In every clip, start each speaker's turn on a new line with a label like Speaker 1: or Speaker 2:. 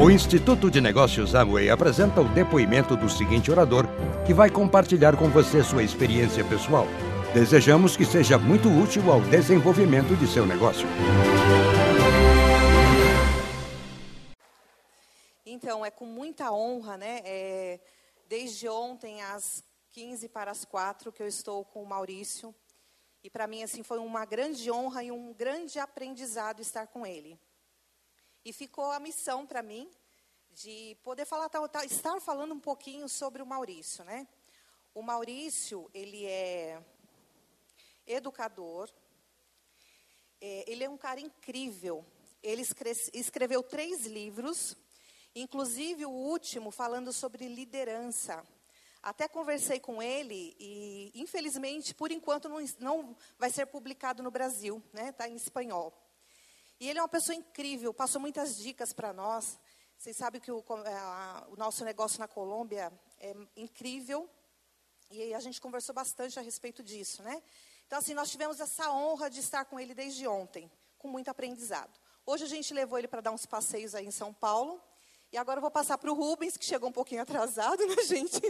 Speaker 1: O Instituto de Negócios Amway apresenta o depoimento do seguinte orador, que vai compartilhar com você sua experiência pessoal. Desejamos que seja muito útil ao desenvolvimento de seu negócio.
Speaker 2: Então, é com muita honra, né? é, desde ontem, às 15 para as 4, que eu estou com o Maurício. E para mim, assim, foi uma grande honra e um grande aprendizado estar com ele. E ficou a missão para mim de poder falar, tá, tá, estar falando um pouquinho sobre o Maurício, né? O Maurício, ele é educador, é, ele é um cara incrível. Ele escreveu três livros, inclusive o último falando sobre liderança. Até conversei com ele e, infelizmente, por enquanto não, não vai ser publicado no Brasil, né? Está em espanhol. E ele é uma pessoa incrível, passou muitas dicas para nós. Vocês sabem que o, a, o, nosso negócio na Colômbia é incrível e a gente conversou bastante a respeito disso, né? Então, assim, nós tivemos essa honra de estar com ele desde ontem, com muito aprendizado. Hoje a gente levou ele para dar uns passeios aí em São Paulo e agora eu vou passar para o Rubens, que chegou um pouquinho atrasado, né, gente?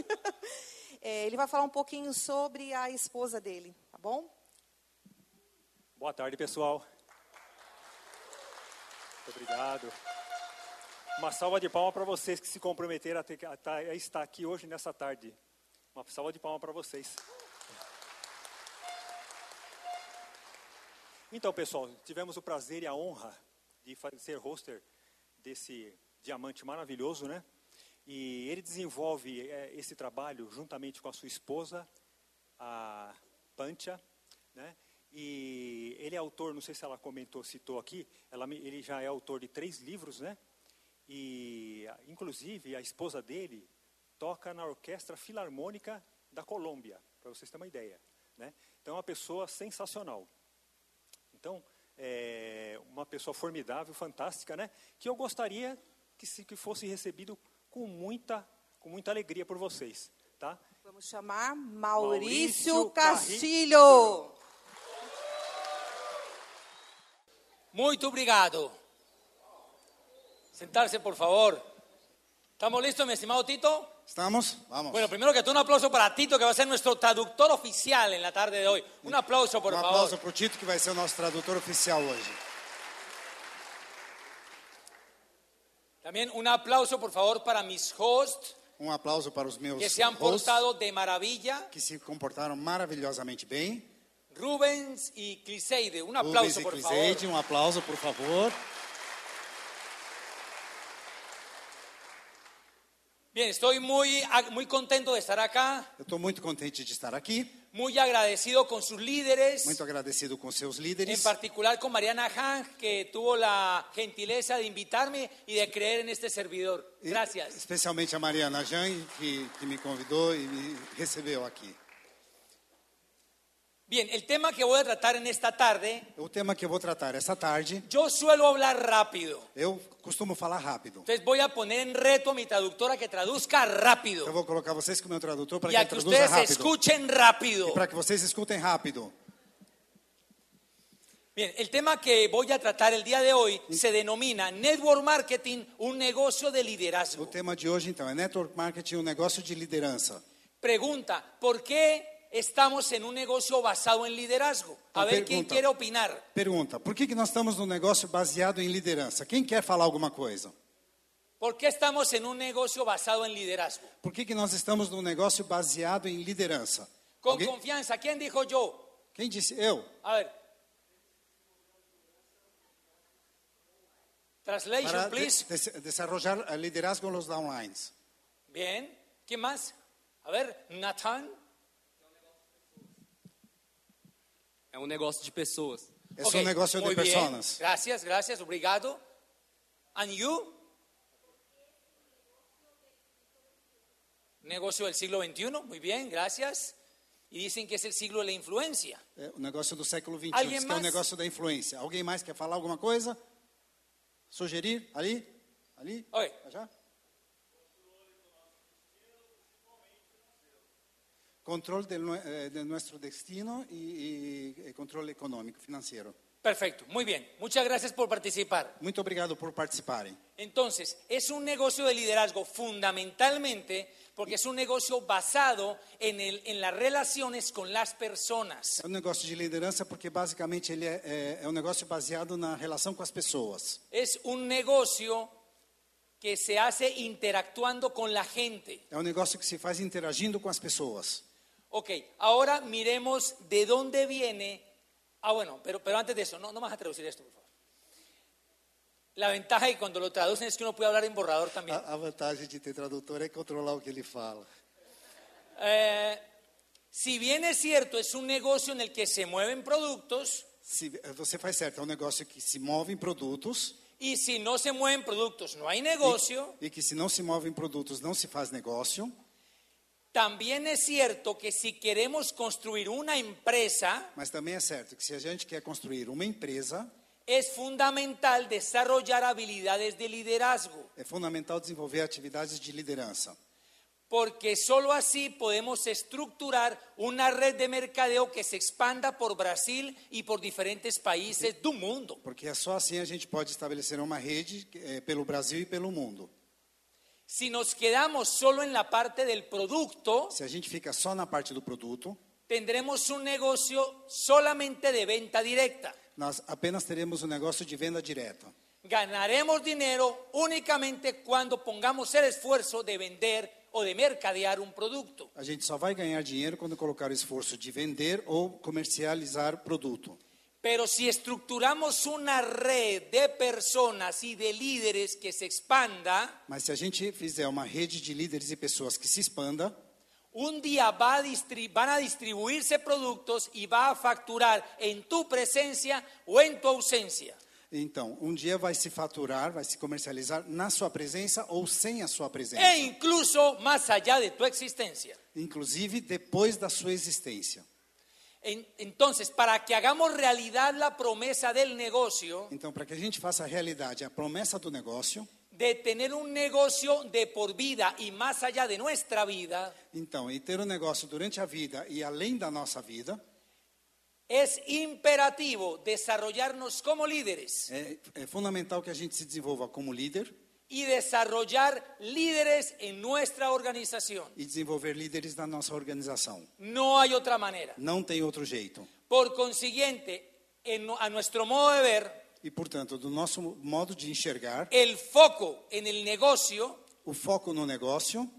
Speaker 2: É, ele vai falar um pouquinho sobre a esposa dele, tá bom?
Speaker 3: Boa tarde, pessoal. Muito obrigado. Uma salva de palmas para vocês que se comprometeram a, ter, a estar aqui hoje nessa tarde. Uma salva de palmas para vocês. Então, pessoal, tivemos o prazer e a honra de ser hoster desse diamante maravilhoso, né? E ele desenvolve é, esse trabalho juntamente com a sua esposa, a Pancha, né? E ele é autor, não sei se ela comentou, citou aqui, ela, ele já é autor de três livros, né? E, inclusive, a esposa dele toca na Orquestra Filarmônica da Colômbia, para vocês terem uma ideia, né? Então, é uma pessoa sensacional. Então, é uma pessoa formidável, fantástica, né? Que eu gostaria que, se, que fosse recebido com muita, com muita alegria por vocês, tá?
Speaker 2: Vamos chamar Maurício, Maurício Castilho. Castilho.
Speaker 4: Muito obrigado. Sentarse, por favor. ¿Estamos listos, mi estimado Tito?
Speaker 5: ¿Estamos? Vamos.
Speaker 4: Bueno, primero que todo, un aplauso para Tito, que va a ser nuestro traductor oficial en la tarde de hoy. Un aplauso, por
Speaker 5: um
Speaker 4: favor.
Speaker 5: Um aplauso para o Tito, que vai ser o nosso tradutor oficial hoje.
Speaker 4: También un aplauso, por favor, para mis hosts,
Speaker 5: Um aplauso para os meus
Speaker 4: que se han
Speaker 5: hosts,
Speaker 4: portado de maravilla.
Speaker 5: que se comportaram maravilhosamente bem.
Speaker 4: Rubens y Cliseide. Un
Speaker 5: Rubens
Speaker 4: Um aplauso,
Speaker 5: e
Speaker 4: por
Speaker 5: Criseide,
Speaker 4: favor.
Speaker 5: um aplauso, por favor.
Speaker 4: Bien, estoy muy, muy contento de estar acá,
Speaker 5: Eu estou muito contente de estar aqui,
Speaker 4: muy agradecido con sus líderes.
Speaker 5: muito agradecido com seus
Speaker 4: En
Speaker 5: líderes,
Speaker 4: particular con Mariana Hahn, que tuvo la gentileza de invitarme y de creer en este servidor.
Speaker 5: e
Speaker 4: Gracias.
Speaker 5: especialmente a Mariana Jane, que, que me convidou e me recebeu aqui.
Speaker 4: Bien, el tema que voy a tratar en esta tarde,
Speaker 5: O tema que eu vou tratar essa tarde,
Speaker 4: yo suelo hablar rápido.
Speaker 5: eu costumo falar rápido.
Speaker 4: Entonces voy a poner en reto a mi traductora que traduzca
Speaker 5: Eu
Speaker 4: rápido
Speaker 5: vou colocar vocês como meu tradutor para
Speaker 4: y
Speaker 5: que
Speaker 4: a que
Speaker 5: traduza
Speaker 4: ustedes
Speaker 5: rápido.
Speaker 4: escuchen rápido.
Speaker 5: Para que vocês escutem rápido.
Speaker 4: Bien, el tema que voy a tratar el día de hoy se denomina Network Marketing, un negocio de
Speaker 5: O
Speaker 4: liderazgo.
Speaker 5: tema de hoje, então, é Network Marketing, um negócio de liderança.
Speaker 4: Pregunta, ¿por qué estamos en un negocio basado en liderazgo? A ver quién
Speaker 5: Pregunta.
Speaker 4: quiere opinar.
Speaker 5: Pergunta, por que, que nós estamos num negócio baseado em liderança? Quem quer falar alguma coisa?
Speaker 4: ¿Por qué estamos en un negocio basado en liderazgo?
Speaker 5: Por que, que nós estamos num negócio baseado em liderança?
Speaker 4: Con
Speaker 5: Alguém-
Speaker 4: confianza, ¿quién dijo yo?
Speaker 5: Quem disse? Eu.
Speaker 4: A ver. Translation,
Speaker 5: Para de,
Speaker 4: please.
Speaker 5: des- desarrollar eh, liderazgo nos downlines.
Speaker 4: Bien. ¿Quién más? A ver, Nathan.
Speaker 6: É um negócio de pessoas.
Speaker 5: É
Speaker 4: Ok,
Speaker 5: só um negócio de
Speaker 4: muy bien.
Speaker 5: pessoas.
Speaker 4: Gracias, gracias, obrigado. And you? Negocio del siglo XXI, muy bien, gracias. Y dicen que es el siglo de la influencia.
Speaker 5: É o negócio do século XXI,
Speaker 4: Alguém
Speaker 5: diz que é o
Speaker 4: mais?
Speaker 5: negócio da influência. Alguém mais quer falar alguma coisa? Sugerir? Ali? Ali?
Speaker 4: Oi.
Speaker 5: Tá Já? Controle de, nu- eh, de nosso destino e, e- e controle econômico, financeiro.
Speaker 4: Perfecto, muy bien. Muchas gracias por participar.
Speaker 5: Muito obrigado por participarem.
Speaker 4: Entonces, es un negocio de liderazgo fundamentalmente porque es un negocio basado en, el, en las relaciones con las personas.
Speaker 5: É um negócio de liderança porque basicamente ele é, é, é um negócio baseado na relação com as pessoas.
Speaker 4: Es un negocio que se hace interactuando con la gente.
Speaker 5: É um negócio que se faz interagindo com as pessoas.
Speaker 4: Ok, ahora miremos de dónde viene. Ah, bueno, pero, pero antes de eso, no, no me vas a traducir esto, por favor. La ventaja de cuando lo traducen es que uno puede hablar en borrador también.
Speaker 5: a vantagem de ter tradutor é controlar o que ele fala.
Speaker 4: Eh, si bien es cierto, es un negocio en el que se mueven productos
Speaker 5: Se, você faz certo, é um negócio que se move em produtos
Speaker 4: y si no se mueven productos no hay
Speaker 5: e-
Speaker 4: negocio,
Speaker 5: e que se não se move em produtos não se faz negócio.
Speaker 4: también es cierto que si queremos construir una empresa,
Speaker 5: Mas também é certo que se a gente quer construir uma empresa,
Speaker 4: es fundamental desarrollar habilidades de liderazgo.
Speaker 5: é fundamental desenvolver atividades de liderança.
Speaker 4: Porque solo así podemos estructurar una red de mercadeo que se expanda por Brasil y por diferentes países del mundo.
Speaker 5: Porque é só assim a gente pode estabelecer uma rede eh, pelo Brasil e pelo mundo.
Speaker 4: Si nos quedamos solo en la parte del producto,
Speaker 5: Se a gente fica só na parte do produto,
Speaker 4: tendremos un negocio solamente de venta directa.
Speaker 5: nós apenas teremos um negócio de venda direta.
Speaker 4: Ganaremos dinero únicamente cuando pongamos el esfuerzo de vender o de mercadear un producto.
Speaker 5: A gente só vai ganhar dinheiro quando colocar o esforço de vender ou comercializar produto.
Speaker 4: Pero si estructuramos una red de personas y de líderes que se expanda,
Speaker 5: Mas se a gente fizer uma rede de líderes e pessoas que se expanda,
Speaker 4: Un día va a distri- van a distribuirse productos y va a facturar en tu presencia o en tu ausencia.
Speaker 5: então um dia vai se faturar, vai se comercializar na sua presença ou sem a sua presença,
Speaker 4: E incluso más allá de tu existencia.
Speaker 5: inclusive depois da sua existência.
Speaker 4: En- entonces, para que hagamos realidad la promesa del negocio,
Speaker 5: Então, para que a gente faça a realidade a promessa do negócio,
Speaker 4: de tener un negocio de por vida y más allá de nuestra vida,
Speaker 5: então, e ter um negócio durante a vida e além da nossa vida,
Speaker 4: es imperativo desarrollarnos como líderes
Speaker 5: é, é fundamental que a gente se desenvolva como líder
Speaker 4: y desarrollar líderes en nuestra organización.
Speaker 5: e desenvolver líderes na nossa organização.
Speaker 4: No hay otra manera.
Speaker 5: Não tem outro jeito.
Speaker 4: Por consiguiente, en no- a nuestro modo de ver,
Speaker 5: E, portanto, do nosso modo de enxergar,
Speaker 4: el foco en el negocio
Speaker 5: o foco no negócio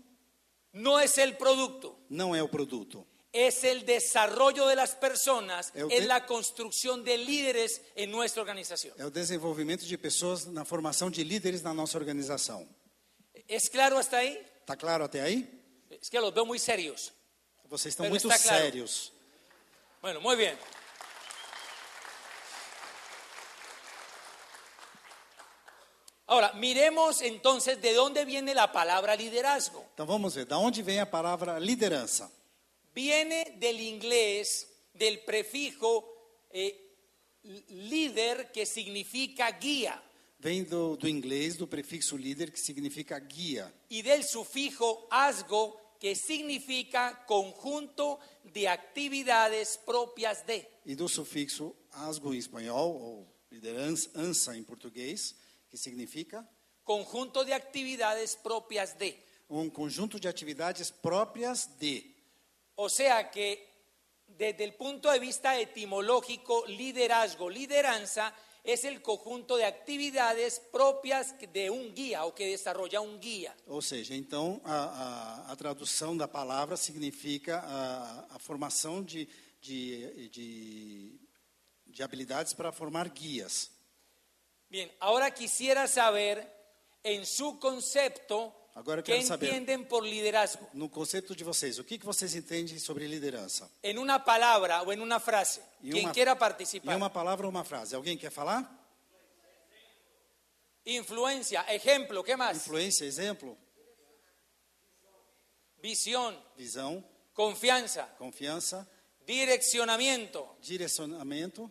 Speaker 4: no es el producto,
Speaker 5: não é o produto,
Speaker 4: es el desarrollo de las personas,
Speaker 5: Eu
Speaker 4: es
Speaker 5: te-
Speaker 4: la construcción de líderes en nuestra organización.
Speaker 5: é o desenvolvimento de pessoas na formação de líderes na nossa organização.
Speaker 4: ¿Es claro hasta ahí?
Speaker 5: Tá claro até aí?
Speaker 4: Es que los veo muy serios.
Speaker 5: Vocês estão
Speaker 4: Mas
Speaker 5: muito
Speaker 4: está claro.
Speaker 5: sérios.
Speaker 4: Bueno, muy bien. Ahora, miremos entonces de dónde viene la palabra liderazgo.
Speaker 5: Então vamos ver, da onde vem a palavra liderança?
Speaker 4: Viene del inglés, del prefijo eh, líder, que significa guía,
Speaker 5: Vem do, do inglês, do prefixo líder, que significa guia,
Speaker 4: y del sufijo asgo, que significa conjunto de actividades propias de.
Speaker 5: e do sufixo asgo em espanhol, ou liderança, ansa em português, que significa
Speaker 4: Conjunto de actividades propias de.
Speaker 5: um conjunto de atividades próprias de.
Speaker 4: O sea que desde el punto de vista etimológico, liderazgo, lideranza, es el conjunto de actividades propias de un guía o que desarrolla un guía.
Speaker 5: Ou seja, então a, a, a tradução da palavra significa a, a formação de, de, de, de habilidades para formar guias.
Speaker 4: Bien, ahora quisiera saber en su concepto
Speaker 5: Agora eu
Speaker 4: qué
Speaker 5: quero saber.
Speaker 4: entienden por liderazgo.
Speaker 5: No conceito de vocês, o que, que vocês entendem sobre liderança?
Speaker 4: En una palabra o en una frase.
Speaker 5: Em
Speaker 4: Quien
Speaker 5: uma-
Speaker 4: quiera
Speaker 5: Em
Speaker 4: participar.
Speaker 5: uma palavra ou uma frase. Alguém quer falar?
Speaker 4: Influencia, ejemplo, ¿qué más?
Speaker 5: Influência, exemplo,
Speaker 4: Visión,
Speaker 5: visão,
Speaker 4: confianza,
Speaker 5: confiança,
Speaker 4: direccionamiento,
Speaker 5: direcionamento,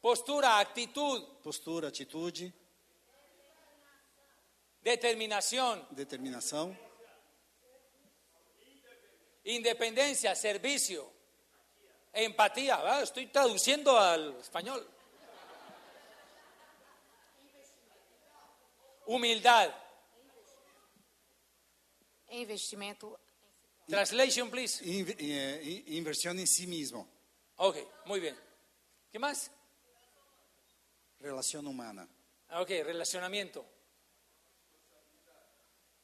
Speaker 4: postura, actitud,
Speaker 5: postura, atitude,
Speaker 4: determinación,
Speaker 5: determinação,
Speaker 4: independencia, servicio, empatía. Ah, Estoy traduciendo al español. Humildad.
Speaker 7: investimento.
Speaker 4: Translation, please.
Speaker 5: Inve- eh, in- inversión en sí mismo,
Speaker 4: Ok, muy bien. ¿Qué más?
Speaker 5: relación humana.
Speaker 4: Ah, Ok, relacionamiento.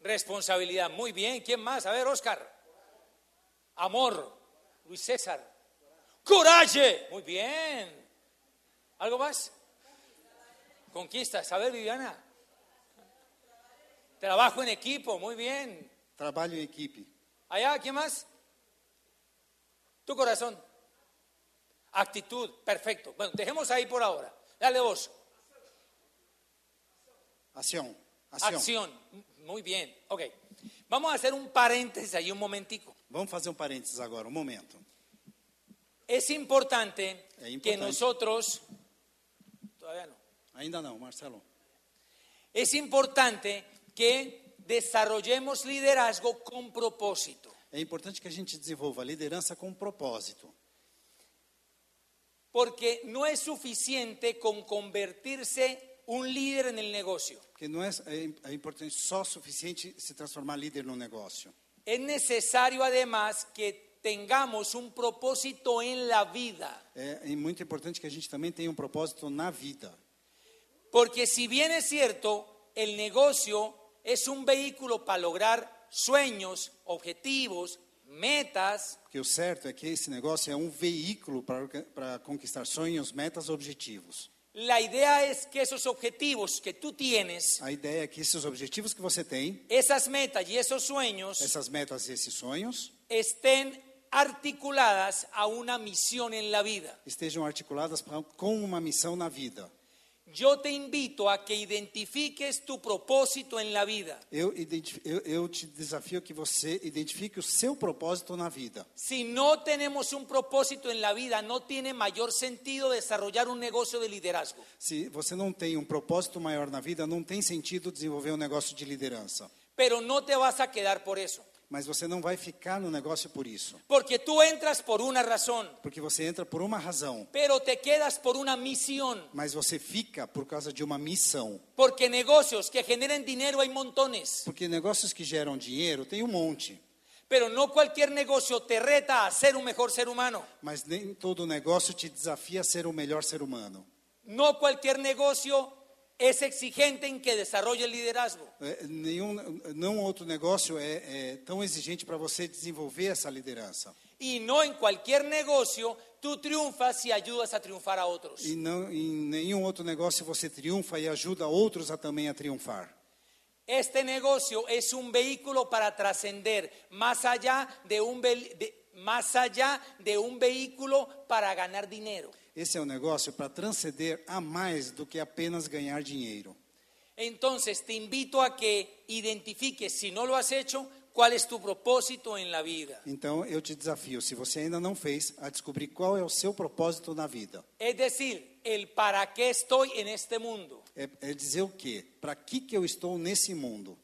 Speaker 4: Responsabilidad. Muy bien. ¿Quién más? A ver, Oscar. Amor. Luis César. Coraje. Muy bien. ¿Algo más? Conquistas. A ver, Viviana. Trabajo en equipo. Muy bien.
Speaker 5: Trabalho em equipe,
Speaker 4: Allá, ¿quién más? Tu corazón. Actitud. Perfecto. Bueno, dejemos ahí por ahora. Dale vos.
Speaker 5: ação, ação.
Speaker 4: Acción. Muy bien. Ok. Vamos a hacer un paréntesis ahí un momentico.
Speaker 5: Vamos fazer um parênteses agora, um momento.
Speaker 4: Es importante,
Speaker 5: Es importante.
Speaker 4: que nosotros, todavía no,
Speaker 5: Ainda não, Marcelo.
Speaker 4: es importante que desarrollemos liderazgo con propósito.
Speaker 5: É importante que a gente desenvolva a liderança com um propósito,
Speaker 4: Porque no es suficiente con convertirse un líder en el negocio.
Speaker 5: porque não é, é, é importante só o suficiente se transformar líder no negócio.
Speaker 4: Es necesario además que tengamos un propósito en la vida.
Speaker 5: É, é muito importante que a gente também tenha um propósito na vida,
Speaker 4: Porque si bien es cierto, el negocio es un vehículo para lograr sueños, objetivos, metas,
Speaker 5: porque o certo é que esse negócio é um veículo para orga- para conquistar sonhos, metas, objetivos.
Speaker 4: la idea es que esos objetivos que tú tienes,
Speaker 5: A ideia é que esses objetivos que você tem,
Speaker 4: esas metas y esos sueños
Speaker 5: essas metas e esses sonhos,
Speaker 4: estén articuladas a una misión en la vida.
Speaker 5: estejam articuladas pra- com uma missão na vida.
Speaker 4: Yo te invito a que identifiques tu propósito en la vida.
Speaker 5: Eu, identi- eu, eu te desafio que você identifique o seu propósito na vida.
Speaker 4: Si no tenemos un propósito en la vida, no tiene mayor sentido desarrollar un negocio de liderazgo.
Speaker 5: Se você não tem um propósito maior na vida, não tem sentido desenvolver um negócio de liderança.
Speaker 4: Pero no te vas a quedar por eso.
Speaker 5: Mas você não vai ficar no negócio por isso,
Speaker 4: Porque tú entras por una razón,
Speaker 5: porque você entra por uma razão,
Speaker 4: pero te quedas por una misión.
Speaker 5: mas você fica por causa de uma missão.
Speaker 4: Porque negocios que generen dinero hay montones.
Speaker 5: Porque negócios que geram dinheiro tem um monte,
Speaker 4: Pero no cualquier negocio te reta a ser un mejor ser humano.
Speaker 5: mas nem todo negócio te desafia a ser o melhor ser humano.
Speaker 4: No cualquier negocio es exigente en que desarrolle el liderazgo.
Speaker 5: É, Nenhum, não outro negócio é, é tão exigente para você desenvolver essa liderança.
Speaker 4: Y no en cualquier negocio tú triunfas si ayudas a triunfar a otros.
Speaker 5: E não, em nenhum outro negócio você triunfa e ajuda outros a também a triunfar.
Speaker 4: Este negocio es un vehículo para trascender más allá de un ve- de- más allá de un vehículo para ganar dinero.
Speaker 5: Esse é um negócio para transcender a mais do que apenas ganhar dinheiro.
Speaker 4: Entonces te invito a que identifiques, si no lo has hecho, cuál es tu propósito en la vida.
Speaker 5: Então eu te desafio, se você ainda não fez, a descobrir qual é o seu propósito na vida.
Speaker 4: Es decir, el para qué estoy en este mundo.
Speaker 5: É, é dizer o quê? Para que que eu estou nesse mundo?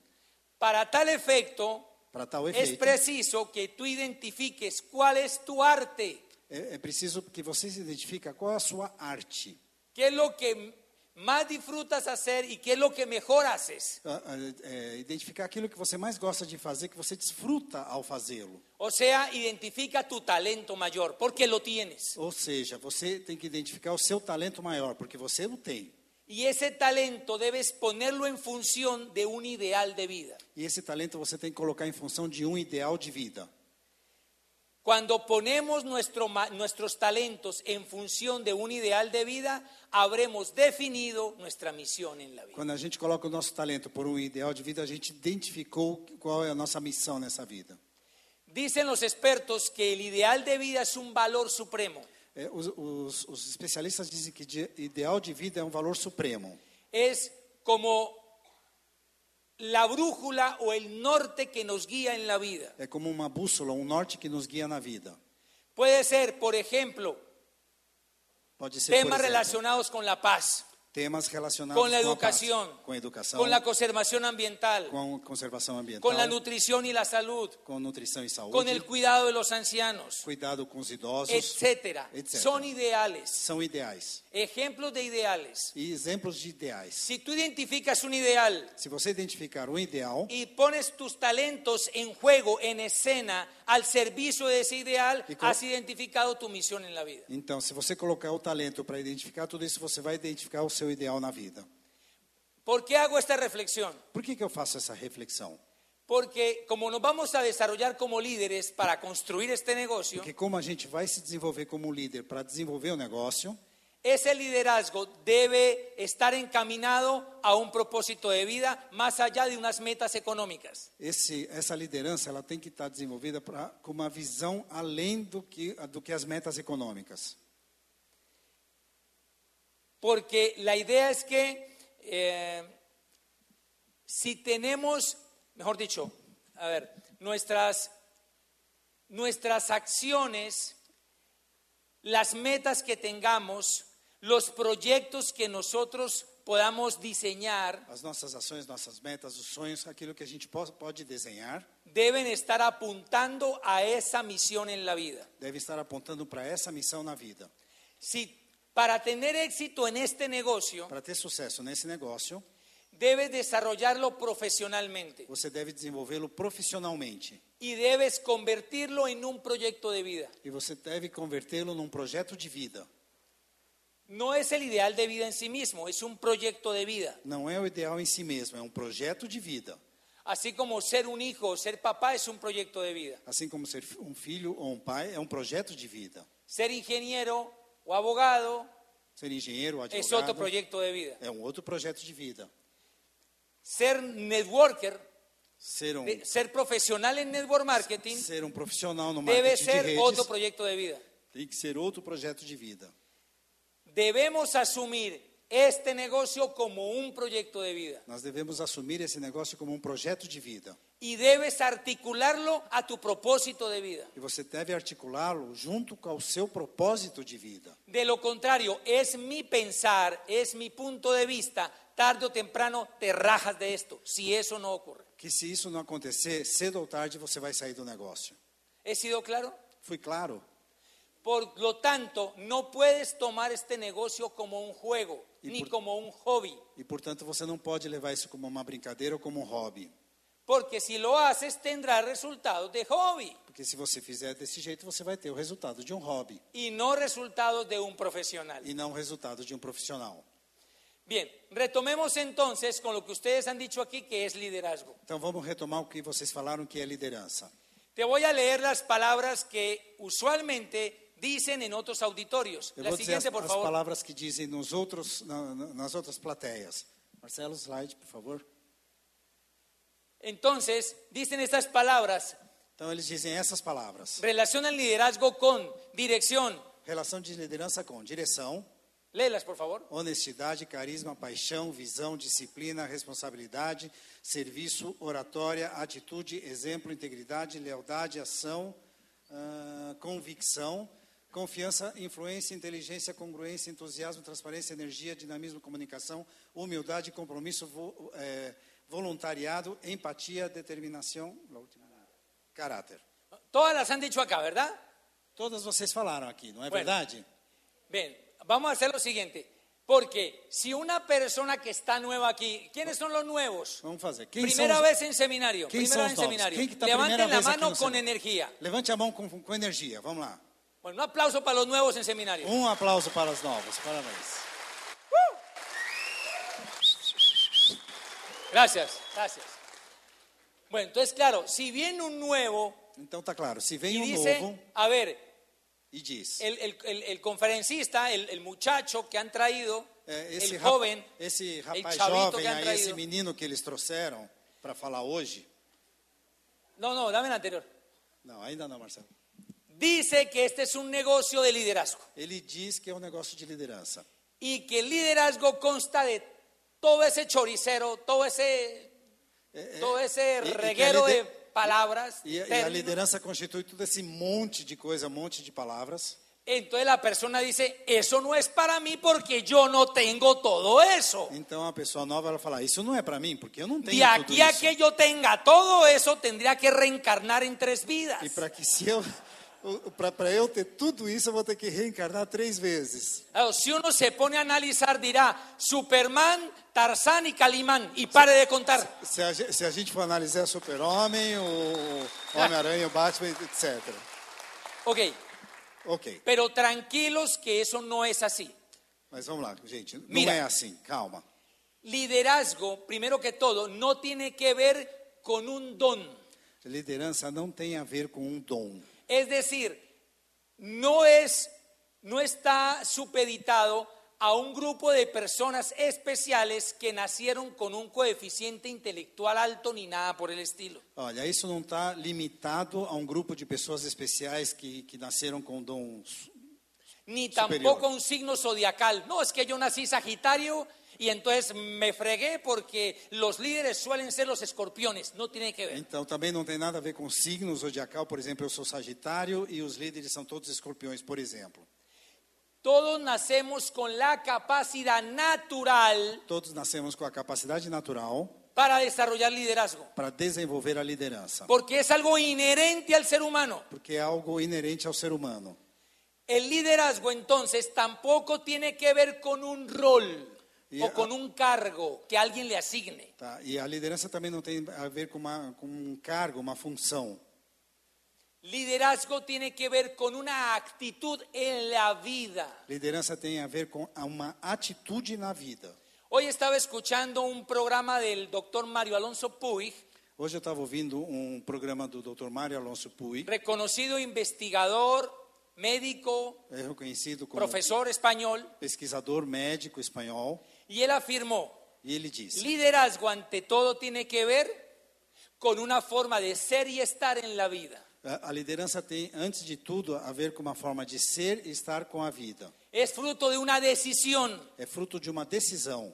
Speaker 4: Para tal efecto,
Speaker 5: Para tal
Speaker 4: es
Speaker 5: efeito,
Speaker 4: preciso que tú identifiques cuál es tu arte,
Speaker 5: é, é preciso que você se identifique qual é a sua arte.
Speaker 4: qué es lo que más disfrutas hacer y qué es lo que mejor haces.
Speaker 5: Ah, ah, é, identificar aquilo que você mais gosta de fazer, que você desfruta ao fazê-lo.
Speaker 4: O sea, identifica tu talento mayor, porque lo tienes.
Speaker 5: Ou seja, você tem que identificar o seu talento maior, porque você o tem.
Speaker 4: Y ese talento debes ponerlo en función de un ideal de vida.
Speaker 5: E esse talento você tem que colocar em função de um ideal de vida.
Speaker 4: Cuando ponemos nuestro ma- nuestros talentos en función de un ideal de vida, habremos definido nuestra misión en la vida.
Speaker 5: Quando a gente coloca o nosso talento por um ideal de vida, a gente identificou qual é a nossa missão nessa vida.
Speaker 4: Dicen los expertos que el ideal de vida es un valor supremo.
Speaker 5: É, os, os- os especialistas dizem que de- ideal de vida é um valor supremo.
Speaker 4: Es como la brújula o el norte que nos guía en la vida.
Speaker 5: É como uma bússola, um norte que nos guia na vida.
Speaker 4: Puede ser, por ejemplo,
Speaker 5: Pode ser por
Speaker 4: temas
Speaker 5: exemplo,
Speaker 4: relacionados con la paz,
Speaker 5: temas relacionados
Speaker 4: Con la
Speaker 5: a paz,
Speaker 4: educación.
Speaker 5: com a educação,
Speaker 4: con la conservación ambiental,
Speaker 5: com conservação ambiental,
Speaker 4: con la nutrición y la salud,
Speaker 5: com nutrição e saúde,
Speaker 4: con el cuidado de los ancianos,
Speaker 5: cuidado com os idosos,
Speaker 4: etcétera.
Speaker 5: etcétera.
Speaker 4: Son ideales,
Speaker 5: São ideais
Speaker 4: ejemplos de ideales.
Speaker 5: e exemplos de ideais.
Speaker 4: Si tú identificas un ideal
Speaker 5: Se você identificar um ideal
Speaker 4: y pones tus talentos en juego, en escena, al servicio de ese ideal,
Speaker 5: Y co-
Speaker 4: has identificado tu misión en la vida.
Speaker 5: Então, se você colocar o talento para identificar tudo isso, você vai identificar o seu ideal na vida.
Speaker 4: ¿Por qué hago esta reflexión?
Speaker 5: Por que, que eu faço essa reflexão?
Speaker 4: Porque como nos vamos a desarrollar como líderes para construir este negocio,
Speaker 5: Porque como a gente vai se desenvolver como líder para desenvolver o negócio,
Speaker 4: ese liderazgo debe estar encaminado a un propósito de vida más allá de unas metas económicas.
Speaker 5: esse, essa liderança ela tem que estar desenvolvida pra, com uma visão além do que, do que as metas econômicas.
Speaker 4: Porque la idea es que eh, si tenemos, mejor dicho, a ver, nuestras, nuestras acciones, las metas que tengamos, los proyectos que nosotros podamos diseñar,
Speaker 5: As nossas ações, nossas metas, os sonhos, aquilo que a gente po- pode desenhar,
Speaker 4: deben estar apuntando a esa misión en la vida.
Speaker 5: deve estar apontando para essa missão na vida.
Speaker 4: Si para tener éxito en este negocio,
Speaker 5: Para ter sucesso nesse negócio,
Speaker 4: debes desarrollarlo profesionalmente
Speaker 5: você deve desenvolvê-lo profissionalmente.
Speaker 4: y debes convertirlo en un proyecto de vida.
Speaker 5: E você deve convertê-lo num projeto de vida.
Speaker 4: No es el ideal de vida en sí mismo, es un proyecto de vida.
Speaker 5: Não é o ideal em si mesmo, é um projeto de vida.
Speaker 4: Así como ser un hijo o ser papá es un proyecto de vida.
Speaker 5: Assim como ser fi- um filho ou um pai é um projeto de vida.
Speaker 4: Ser ingeniero o abogado
Speaker 5: Ser engenheiro,
Speaker 4: es otro
Speaker 5: advogado,
Speaker 4: proyecto de vida.
Speaker 5: é um outro projeto de vida.
Speaker 4: Ser networker,
Speaker 5: Ser um,
Speaker 4: de- ser profesional en network marketing,
Speaker 5: ser um profissional no
Speaker 4: debe
Speaker 5: marketing de
Speaker 4: ser otro
Speaker 5: redes
Speaker 4: proyecto de vida.
Speaker 5: tem que ser outro projeto de vida.
Speaker 4: Debemos asumir este negocio como un proyecto de vida
Speaker 5: Nós devemos assumir esse negócio como um projeto de vida.
Speaker 4: y debes articularlo a tu propósito de vida.
Speaker 5: E você deve articulá-lo junto com o seu propósito de vida.
Speaker 4: De lo contrario, es mi pensar, es mi punto de vista, tarde o temprano te rajas de esto, si eso no ocurre.
Speaker 5: Que se isso não acontecer, cedo ou tarde você vai sair do negócio.
Speaker 4: ¿He sido claro?
Speaker 5: Fui claro?
Speaker 4: Por lo tanto, no puedes tomar este negocio como un juego,
Speaker 5: Y
Speaker 4: ni
Speaker 5: por-
Speaker 4: como un hobby,
Speaker 5: E, portanto, você não pode levar isso como uma brincadeira ou como um hobby.
Speaker 4: porque si lo haces tendrás resultados de hobby
Speaker 5: Porque se você fizer desse jeito, você vai ter o resultado de um hobby
Speaker 4: y no resultados de un profesional.
Speaker 5: e não o resultado de um profissional.
Speaker 4: Bien, retomemos entonces con lo que ustedes han dicho aquí, que es liderazgo.
Speaker 5: Então vamos retomar o que vocês falaram que é liderança.
Speaker 4: Te voy a leer las palabras que usualmente dicen en otros auditorios.
Speaker 5: Eu
Speaker 4: La
Speaker 5: vou dizer as,
Speaker 4: siguiente, por
Speaker 5: as
Speaker 4: favor.
Speaker 5: palavras que dizem nos outros, na- na- nas outras plateias. Marcelo, slide, por favor.
Speaker 4: Entonces, dicen estas palabras,
Speaker 5: Então eles dizem essas palavras.
Speaker 4: relaciona el liderazgo con dirección.
Speaker 5: Relação de liderança com direção,
Speaker 4: Léelas, por favor.
Speaker 5: honestidade, carisma, paixão, visão, disciplina, responsabilidade, serviço, oratória, atitude, exemplo, integridade, lealdade, ação, ah, convicção, confiança, influência, inteligência, congruência, entusiasmo, transparência, energia, dinamismo, comunicação, humildade, compromisso, vo- eh, voluntariado, empatia, determinação, la última, caráter.
Speaker 4: Todas las han dicho acá, ¿verdad?
Speaker 5: Todas vocês falaram aqui, não é
Speaker 4: Bueno.
Speaker 5: verdade?
Speaker 4: Bien, vamos a hacer lo siguiente. Porque si una persona que está nueva aquí, ¿quiénes son los nuevos?
Speaker 5: Vamos fazer. Quem são
Speaker 4: Primera
Speaker 5: os-
Speaker 4: vez en seminario,
Speaker 5: ¿Quién
Speaker 4: primera
Speaker 5: son
Speaker 4: vez en
Speaker 5: los nuevos?
Speaker 4: seminario.
Speaker 5: ¿Quién está
Speaker 4: Levanten
Speaker 5: primera
Speaker 4: la
Speaker 5: vez aquí en
Speaker 4: mano
Speaker 5: el
Speaker 4: con
Speaker 5: seminario?
Speaker 4: energía.
Speaker 5: Levante a mão com, com energia, vamos lá.
Speaker 4: Bueno, un aplauso para los nuevos en seminario.
Speaker 5: Um aplauso para os novos, parabéns.
Speaker 4: Gracias, gracias. Bueno, entonces, claro, si viene un nuevo
Speaker 5: Então tá claro, se
Speaker 4: y
Speaker 5: vem um novo
Speaker 4: dice, a ver,
Speaker 5: e diz,
Speaker 4: El, el- el- el conferencista, el, el muchacho que han traído,
Speaker 5: é, esse,
Speaker 4: el
Speaker 5: rapa-
Speaker 4: joven,
Speaker 5: esse
Speaker 4: el
Speaker 5: rapaz
Speaker 4: chavito
Speaker 5: jovem
Speaker 4: que han
Speaker 5: aí, esse
Speaker 4: traído.
Speaker 5: menino que eles trouxeram para falar hoje,
Speaker 4: No, no, dame el anterior.
Speaker 5: não, ainda não, Marcelo.
Speaker 4: Dice que este es un negocio de liderazgo
Speaker 5: Ele diz que é um negócio de liderança
Speaker 4: y que el liderazgo consta de todo ese choricero, todo ese,
Speaker 5: É, é,
Speaker 4: todo ese
Speaker 5: e- e que a
Speaker 4: reguero de
Speaker 5: lider-
Speaker 4: palabras,
Speaker 5: e, e a
Speaker 4: términos,
Speaker 5: liderança constitui todo esse monte de coisa, um monte de palavras,
Speaker 4: Entonces la persona dice, eso no es para mí porque yo no tengo todo eso.
Speaker 5: Então a pessoa nova ela fala: Isso não é para mim, porque eu não tenho
Speaker 4: De
Speaker 5: tudo
Speaker 4: aquí a
Speaker 5: isso.
Speaker 4: que yo tenga todo eso, tendría que reencarnar en tres vidas.
Speaker 5: E para que se eu para eu ter tudo isso, eu vou ter que reencarnar três vezes.
Speaker 4: Claro, Si uno se pone a analizar, dirá Superman, Tarzán y Calimán, y pare de contar.
Speaker 5: Se a, ge- se a gente for analisar Super-Homem, o Homem-Aranha, o Batman, etc.
Speaker 4: Ok,
Speaker 5: Ok,
Speaker 4: pero tranquilos que eso no es así.
Speaker 5: mas vamos lá, gente. Não
Speaker 4: Mira.
Speaker 5: é assim, calma.
Speaker 4: Liderazgo, primero que todo, no tiene que ver con un don.
Speaker 5: Liderança não tem a ver com um dom.
Speaker 4: Es decir, no es no está supeditado a un grupo de personas especiales que nacieron con un coeficiente intelectual alto ni nada por el estilo.
Speaker 5: Olha, isso não está limitado a um grupo de pessoas especiais que, que nasceram com dons.
Speaker 4: Ni
Speaker 5: Superior.
Speaker 4: tampoco a un signo zodiacal. No, es que yo nací Sagitario y entonces me fregué porque los líderes suelen ser los escorpiones. No tiene que ver.
Speaker 5: Então também não tem nada a ver com signos zodiacal, por exemplo, eu sou Sagitário e os líderes são todos escorpiões, por exemplo.
Speaker 4: Todos nacemos con la capacidad natural
Speaker 5: Todos nascemos com a capacidade natural
Speaker 4: para desarrollar liderazgo.
Speaker 5: para desenvolver a liderança,
Speaker 4: Porque es algo inherente al ser humano.
Speaker 5: porque é algo inerente ao ser humano.
Speaker 4: El liderazgo entonces tampoco tiene que ver con un rol
Speaker 5: Y-
Speaker 4: o con un cargo que alguien le asigne.
Speaker 5: Tá? E a liderança também não tem a ver com, uma, com um cargo, uma função.
Speaker 4: Liderazgo tiene que ver con una actitud en la vida.
Speaker 5: Liderança tem a ver com a- uma atitude na vida.
Speaker 4: Hoy estaba escuchando un programa del doctor Mario Alonso Puig,
Speaker 5: Hoje eu estava ouvindo um programa do Dr. Mário Alonso Puy,
Speaker 4: reconocido investigador, médico,
Speaker 5: é reconhecido como
Speaker 4: profesor español,
Speaker 5: pesquisador médico espanhol,
Speaker 4: y él afirmó,
Speaker 5: e ele disse:
Speaker 4: liderazgo ante todo tiene que ver con una forma de ser y estar en la vida.
Speaker 5: a a liderança tem, antes de tudo, a ver com uma forma de ser e estar com a vida.
Speaker 4: Es fruto de una decisión.
Speaker 5: É fruto de uma decisão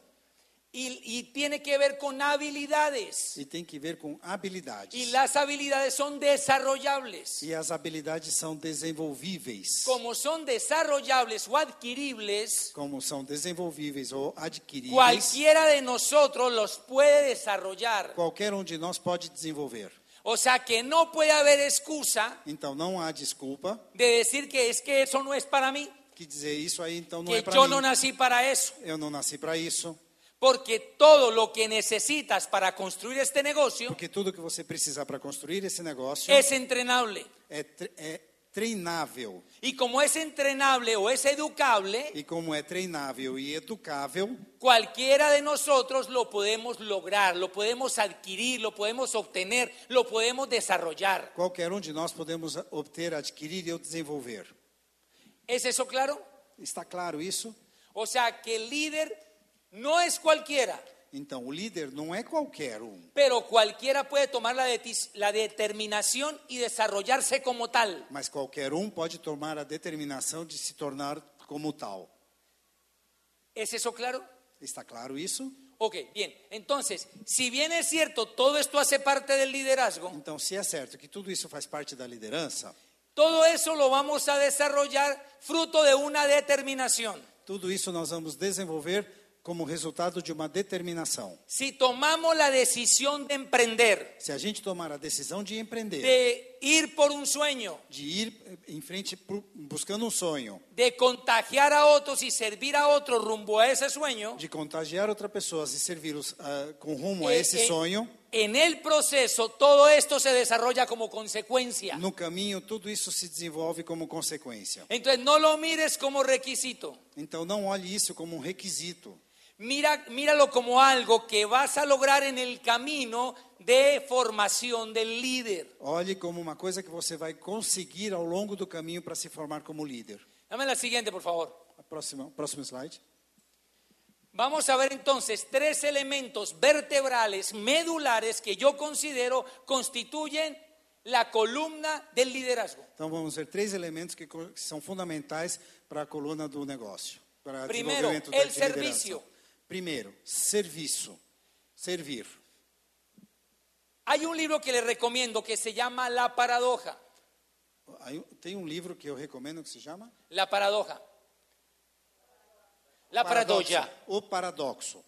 Speaker 4: Y, y tiene que ver con habilidades.
Speaker 5: e tem que ver com
Speaker 4: Y
Speaker 5: habilidades.
Speaker 4: las habilidades son desarrollables.
Speaker 5: E as habilidades são desenvolvíveis.
Speaker 4: Como son desarrollables o adquiribles,
Speaker 5: Como são desenvolvíveis ou adquiríveis,
Speaker 4: cualquiera de nosotros los puede desarrollar.
Speaker 5: qualquer um de nós pode desenvolver.
Speaker 4: O sea que no puede haber excusa
Speaker 5: Então não há desculpa
Speaker 4: de decir que es que eso no es para mim,
Speaker 5: que dizer isso aí então não
Speaker 4: que
Speaker 5: é para
Speaker 4: yo
Speaker 5: mim.
Speaker 4: no nací para eso.
Speaker 5: Eu não nasci para isso.
Speaker 4: Porque todo lo que necesitas para construir este negocio
Speaker 5: Porque tudo que você precisar para construir esse negócio
Speaker 4: es entrenable.
Speaker 5: é, tre- é treinável.
Speaker 4: Y como es entrenable o es educable,
Speaker 5: E como é treinável e educável,
Speaker 4: Cualquiera de nosotros lo podemos lograr, lo podemos adquirir, lo podemos obtener, lo podemos desarrollar.
Speaker 5: qualquer um de nós podemos obter, adquirir e desenvolver.
Speaker 4: ¿Es eso claro?
Speaker 5: Está claro isso?
Speaker 4: O sea que el líder no es cualquiera,
Speaker 5: Então, o líder não é qualquer um,
Speaker 4: pero cualquiera puede tomar la, detis- la determinación y desarrollarse como tal.
Speaker 5: mas qualquer um pode tomar a determinação de se tornar como tal.
Speaker 4: ¿Es eso claro?
Speaker 5: Está claro isso?
Speaker 4: Ok, bien. Entonces, si bien es cierto, todo esto hace parte del liderazgo,
Speaker 5: Então, se é certo que tudo isso faz parte da liderança,
Speaker 4: todo eso lo vamos a desarrollar fruto de una determinación.
Speaker 5: tudo isso nós vamos desenvolver como resultado de uma determinação.
Speaker 4: Si tomamos la decisión de emprender,
Speaker 5: Se a gente tomar a decisão de empreender,
Speaker 4: de ir por un sueño,
Speaker 5: de ir eh, em frente pro- buscando um sonho,
Speaker 4: de contagiar a otros y servir a otros rumbo a ese sueño,
Speaker 5: de contagiar outra pessoa e servir os, ah, com rumo a
Speaker 4: eh,
Speaker 5: esse
Speaker 4: eh,
Speaker 5: sonho,
Speaker 4: en el proceso todo esto se desarrolla como consecuencia.
Speaker 5: no caminho tudo isso se desenvolve como consequência.
Speaker 4: Entonces no lo mires como requisito,
Speaker 5: Então não olhe isso como um requisito.
Speaker 4: mira, míralo como algo que vas a lograr en el camino de formación del líder.
Speaker 5: Olhe como uma coisa que você vai conseguir ao longo do caminho para se formar como líder.
Speaker 4: Dame la siguiente, por favor.
Speaker 5: A próxima, próximo slide.
Speaker 4: Vamos a ver entonces tres elementos vertebrales, medulares, que yo considero constituyen la columna del liderazgo.
Speaker 5: Então vamos ver três elementos que co- que são fundamentais para a coluna do negócio, para
Speaker 4: Primeiro,
Speaker 5: desenvolvimento da
Speaker 4: el
Speaker 5: de liderança.
Speaker 4: servicio.
Speaker 5: Primeiro, serviço, servir.
Speaker 4: Hay un libro que les recomiendo que se llama La Paradoja.
Speaker 5: Aí tem um livro que eu recomendo que se chama
Speaker 4: La paradoja. La paradoja.
Speaker 5: O Paradoxo.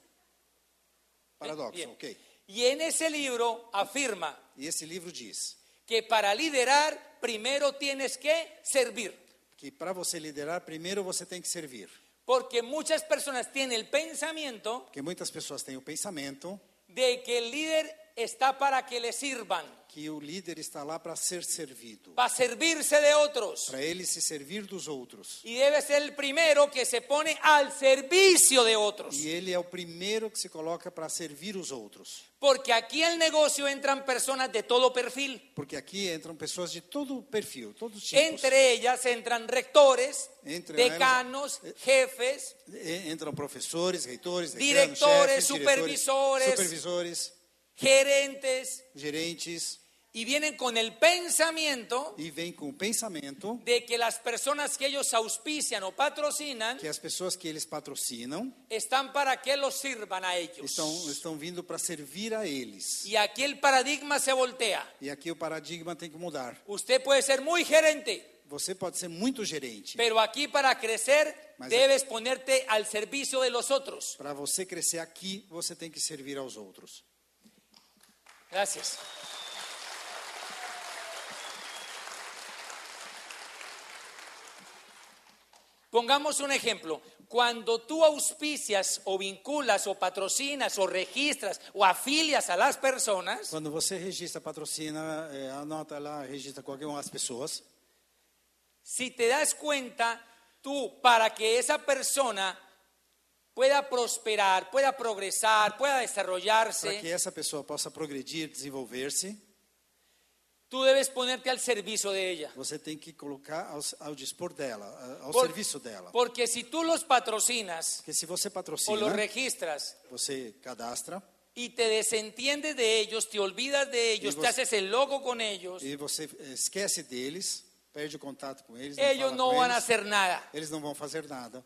Speaker 5: Paradoxo,
Speaker 4: Bien.
Speaker 5: ok.
Speaker 4: Y en ese libro afirma
Speaker 5: E esse livro diz
Speaker 4: que para liderar primero tienes que servir.
Speaker 5: que para você liderar, primeiro você tem que servir.
Speaker 4: Porque muchas personas tienen el pensamiento
Speaker 5: Porque muitas pessoas têm o pensamento
Speaker 4: de que el líder está para que le sirvan,
Speaker 5: que o líder está lá para ser servido,
Speaker 4: para servirse de otros.
Speaker 5: para ele se servir dos outros.
Speaker 4: Y debe ser el primero que se pone al servicio de otros.
Speaker 5: E ele é o primeiro que se coloca para servir os outros.
Speaker 4: Porque aquí al negocio entran personas de todo perfil.
Speaker 5: Porque aqui entram pessoas de todo perfil, todos os tipos.
Speaker 4: Entre ellas entran rectores,
Speaker 5: pues. Entre
Speaker 4: decanos,
Speaker 5: ellas, eh,
Speaker 4: jefes,
Speaker 5: E- Entram professores, reitores, decanos,
Speaker 4: Diretores,
Speaker 5: chefes,
Speaker 4: supervisores.
Speaker 5: supervisores,
Speaker 4: gerentes,
Speaker 5: gerentes,
Speaker 4: y vienen con el pensamiento
Speaker 5: e vem com o pensamento
Speaker 4: de que las personas que ellos auspician o patrocinan
Speaker 5: que as pessoas que eles patrocinam
Speaker 4: están para que los sirvan a ellos.
Speaker 5: estão, estão vindo para servir a eles.
Speaker 4: Y aquí el paradigma se voltea.
Speaker 5: E aqui o paradigma tem que mudar.
Speaker 4: Usted puede ser muy gerente,
Speaker 5: Você pode ser muito gerente.
Speaker 4: pero aquí para crecer
Speaker 5: Mas-
Speaker 4: debes ponerte al servicio de los otros.
Speaker 5: Para você crescer aqui, você tem que servir aos outros.
Speaker 4: Gracias. Pongamos un ejemplo. Cuando tú auspicias o vinculas o patrocinas o registras o afilias a las personas,
Speaker 5: Quando você registra, patrocina, é, anota lá, registra qualquer uma das pessoas.
Speaker 4: si te das cuenta, tú para que esa persona pueda prosperar, pueda progresar, pueda
Speaker 5: Para que
Speaker 4: desarrollarse,
Speaker 5: essa pessoa possa progredir, desenvolver-se,
Speaker 4: tú debes ponerte al servicio de ella.
Speaker 5: você tem que colocar ao, ao dispor dela, a- ao
Speaker 4: Por-
Speaker 5: serviço dela.
Speaker 4: Porque si tú los patrocinas
Speaker 5: Porque se você
Speaker 4: o los
Speaker 5: patrocina,
Speaker 4: registras,
Speaker 5: você cadastra
Speaker 4: y te desentiendes de ellos, te olvidas de ellos,
Speaker 5: Y vos-
Speaker 4: te haces el loco con ellos,
Speaker 5: e você eh, esquece deles, perde o contato com eles.
Speaker 4: ellos
Speaker 5: fala
Speaker 4: no
Speaker 5: com
Speaker 4: van a
Speaker 5: eles,
Speaker 4: hacer nada.
Speaker 5: Eles não vão fazer nada.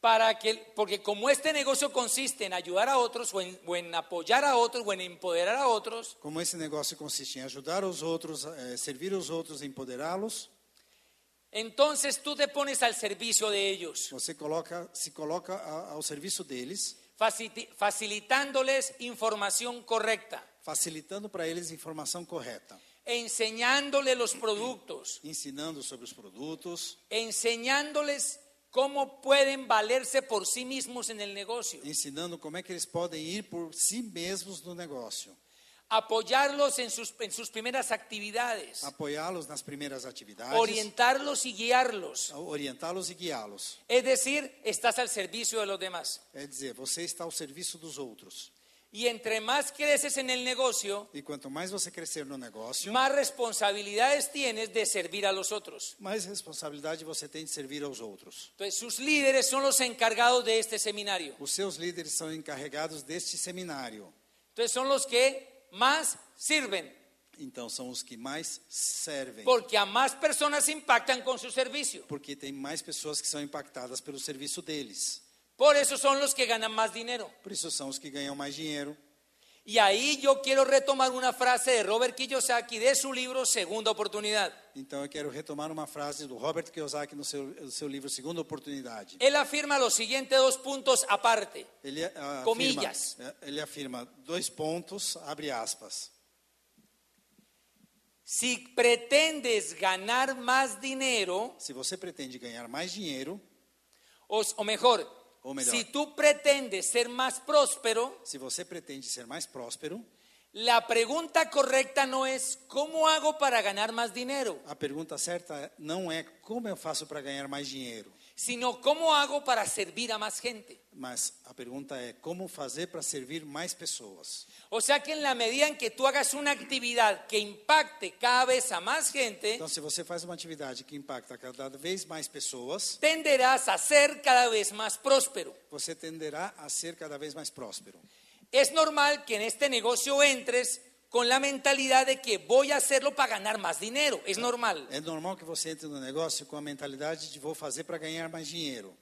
Speaker 4: Para que, porque como este negocio consiste en ayudar a otros o en, o en apoyar a otros o en empoderar a otros,
Speaker 5: Como esse negócio consiste em ajudar os outros, eh, servir os outros, empoderá-los,
Speaker 4: entonces tú te pones al servicio de ellos,
Speaker 5: você coloca, se coloca a- ao serviço deles,
Speaker 4: faciti- facilitándoles información correcta,
Speaker 5: facilitando para eles informação correta,
Speaker 4: enseñándoles los productos,
Speaker 5: ensinando sobre os produtos,
Speaker 4: enseñándoles cómo pueden valerse por sí mismos en el negocio.
Speaker 5: ensinando como é que eles podem ir por si mesmos no negócio,
Speaker 4: apoyarlos en sus, en sus primeras actividades,
Speaker 5: Ah, apoiá-los nas primeiras atividades,
Speaker 4: orientarlos y guiarlos.
Speaker 5: orientá-los e guiá-los.
Speaker 4: Es decir, estás al servicio de los demás.
Speaker 5: É dizer, você está ao serviço dos outros.
Speaker 4: Y entre más creces en el negocio,
Speaker 5: E quanto mais você crescer no negócio,
Speaker 4: más responsabilidades tienes de servir a los otros.
Speaker 5: mais responsabilidade você tem de servir aos outros.
Speaker 4: Entonces, sus líderes son los encargados de este seminario.
Speaker 5: Os seus líderes são encarregados deste seminário.
Speaker 4: Entonces, son los que más sirven,
Speaker 5: Então são os que mais servem,
Speaker 4: porque a más personas impactan con su servicio.
Speaker 5: porque tem mais pessoas que são impactadas pelo serviço deles.
Speaker 4: Por eso son los que ganan más dinero.
Speaker 5: Por isso são os que ganham mais dinheiro.
Speaker 4: Y ahí yo quiero retomar una frase de Robert Kiyosaki de su libro Segunda Oportunidad.
Speaker 5: Então eu quero retomar uma frase do Robert Kiyosaki no seu, no seu livro Segunda Oportunidade.
Speaker 4: Él afirma los siguientes dos puntos aparte.
Speaker 5: Ele ah, afirma,
Speaker 4: Comilhas.
Speaker 5: eh, ele afirma dois pontos, abre aspas.
Speaker 4: Si pretendes ganar más dinero,
Speaker 5: Se você pretende ganhar mais dinheiro,
Speaker 4: o, o mejor,
Speaker 5: O mejor.
Speaker 4: si tú pretendes ser más próspero,
Speaker 5: se você pretende ser mais próspero,
Speaker 4: la pregunta correcta no es ¿cómo hago para ganar más dinero?
Speaker 5: a pergunta certa não é como eu faço para ganhar mais dinheiro,
Speaker 4: sino ¿cómo hago para servir a más gente?
Speaker 5: mas a pergunta é como fazer para servir mais pessoas.
Speaker 4: O sea que en la medida en que tú hagas una actividad que impacte cada vez a más gente,
Speaker 5: Então, se você faz uma atividade que impacta cada vez mais pessoas,
Speaker 4: tenderás a ser cada vez más próspero.
Speaker 5: você tenderá a ser cada vez mais próspero.
Speaker 4: Es normal que en este negocio entres con la mentalidad de que voy a hacerlo para ganar más dinero. Es normal.
Speaker 5: É normal que você entre no negócio com a mentalidade de vou fazer para ganhar mais dinheiro,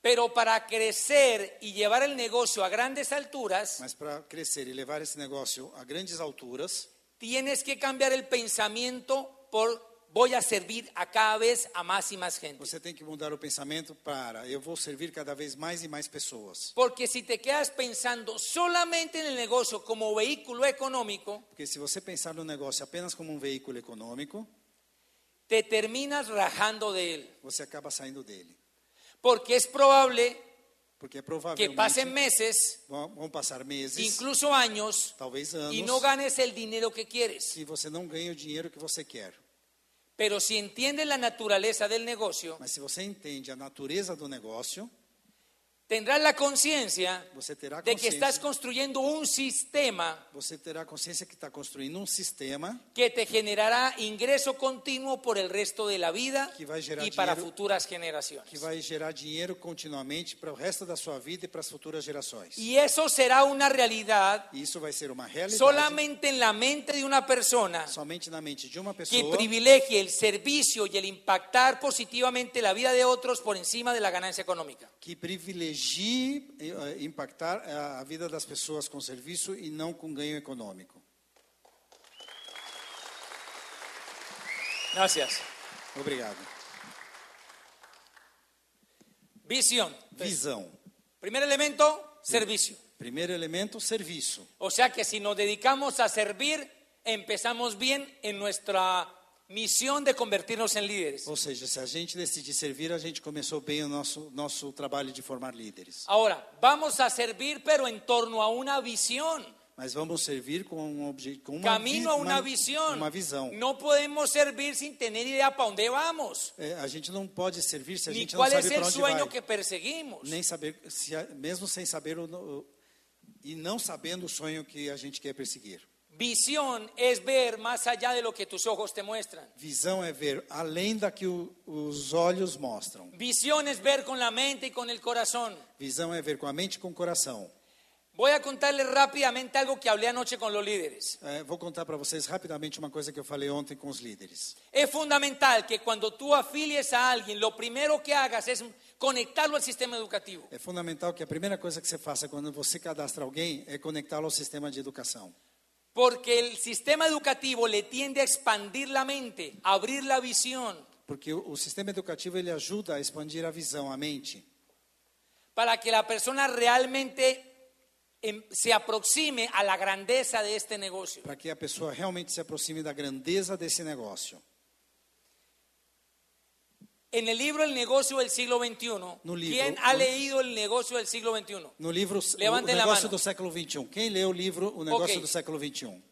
Speaker 4: Pero para crecer y llevar el negocio a grandes alturas,
Speaker 5: mas para crescer e levar esse negócio a grandes alturas,
Speaker 4: tienes que cambiar el pensamiento por voy a servir a cada vez a más y más gente.
Speaker 5: Você tem que mudar o pensamento para eu vou servir cada vez mais e mais pessoas.
Speaker 4: Porque si te quedas pensando solamente en el negocio como vehículo económico,
Speaker 5: Porque se você pensar no negócio apenas como um veículo econômico,
Speaker 4: te terminas rajando de él.
Speaker 5: você acaba saindo dele.
Speaker 4: Porque es probable
Speaker 5: Porque é
Speaker 4: que pasen
Speaker 5: provavelmente
Speaker 4: meses,
Speaker 5: vão vão passar meses
Speaker 4: incluso años,
Speaker 5: Talvez
Speaker 4: y
Speaker 5: anos.
Speaker 4: no ganes el dinero que quieres.
Speaker 5: que você não ganha o dinheiro que você quer.
Speaker 4: Pero si entiendes la naturaleza del negocio,
Speaker 5: Mas se você entende a natureza do negócio,
Speaker 4: tendrás la conciencia
Speaker 5: você terá
Speaker 4: de que estás
Speaker 5: consciência,
Speaker 4: construyendo un sistema
Speaker 5: você terá consciência que está construindo um sistema
Speaker 4: que te generará ingreso continuo por el resto de la vida
Speaker 5: Que vai gerar
Speaker 4: y para
Speaker 5: dinheiro-
Speaker 4: futuras generaciones.
Speaker 5: que vai gerar dinheiro continuamente para o resto da sua vida e para as futuras gerações.
Speaker 4: Y eso será una realidad
Speaker 5: E isso vai ser uma realidade
Speaker 4: solamente en la mente de una persona
Speaker 5: somente na mente de uma
Speaker 4: que
Speaker 5: pessoa
Speaker 4: privilegie el servicio y el impactar positivamente la vida de otros por encima de la ganancia económica.
Speaker 5: que privilegie eh, impactar a- a vida das pessoas com serviço e não com ganho econômico.
Speaker 4: Gracias.
Speaker 5: Obrigado.
Speaker 4: Visión.
Speaker 5: Visão.
Speaker 4: Primer elemento, servicio.
Speaker 5: Primeiro elemento, serviço.
Speaker 4: O sea que si nos dedicamos a servir, empezamos bien en nuestra misión de convertirnos en líderes.
Speaker 5: Ou seja, se a gente decidir servir, a gente começou bem o nosso, nosso trabalho de formar líderes.
Speaker 4: Ahora, vamos a servir pero en torno a una visión.
Speaker 5: Mas vamos servir com um obje- com uma
Speaker 4: Camino a
Speaker 5: vi-
Speaker 4: una visión.
Speaker 5: Uma visão.
Speaker 4: No podemos servir sin tener idea para dónde vamos.
Speaker 5: É, a gente não pode servir se a
Speaker 4: Ni
Speaker 5: gente não
Speaker 4: cuál es
Speaker 5: sabe
Speaker 4: el
Speaker 5: para onde vai.
Speaker 4: sueño que perseguimos.
Speaker 5: Nem saber, se a- mesmo sem saber o, o- e não sabendo o sonho que a gente quer perseguir.
Speaker 4: Visión es ver más allá de lo que tus ojos te muestran.
Speaker 5: Visão é ver além da que o- os olhos mostram.
Speaker 4: Visión es ver con la mente y con el corazón.
Speaker 5: Visão é ver com a mente e com o coração.
Speaker 4: Voy a contarles rápidamente algo que hablé anoche con los líderes.
Speaker 5: É, vou contar para vocês rapidamente uma coisa que eu falei ontem com os líderes.
Speaker 4: Es fundamental que cuando tú afilies a alguien, lo primero que hagas es conectarlo al sistema educativo.
Speaker 5: É fundamental que a primeira coisa que você faça quando você cadastra alguém é conectá-lo ao sistema de educação.
Speaker 4: Porque el sistema educativo le tiende a expandir la mente, a abrir la visión,
Speaker 5: Porque o, o sistema educativo ele ajuda a expandir a visão, a mente,
Speaker 4: para que la persona realmente em, se aproxime a la grandeza de este negocio.
Speaker 5: para que a pessoa realmente se aproxime da grandeza desse negócio.
Speaker 4: En el libro El negocio del siglo XXI,
Speaker 5: No libro,
Speaker 4: ¿quién ha
Speaker 5: no-
Speaker 4: leído El negocio del siglo XXI?
Speaker 5: No livro O
Speaker 4: Levantem a
Speaker 5: Negócio
Speaker 4: mão.
Speaker 5: do Século XXI. Quem leu o livro O Negócio
Speaker 4: Ok.
Speaker 5: do Século um? XXI?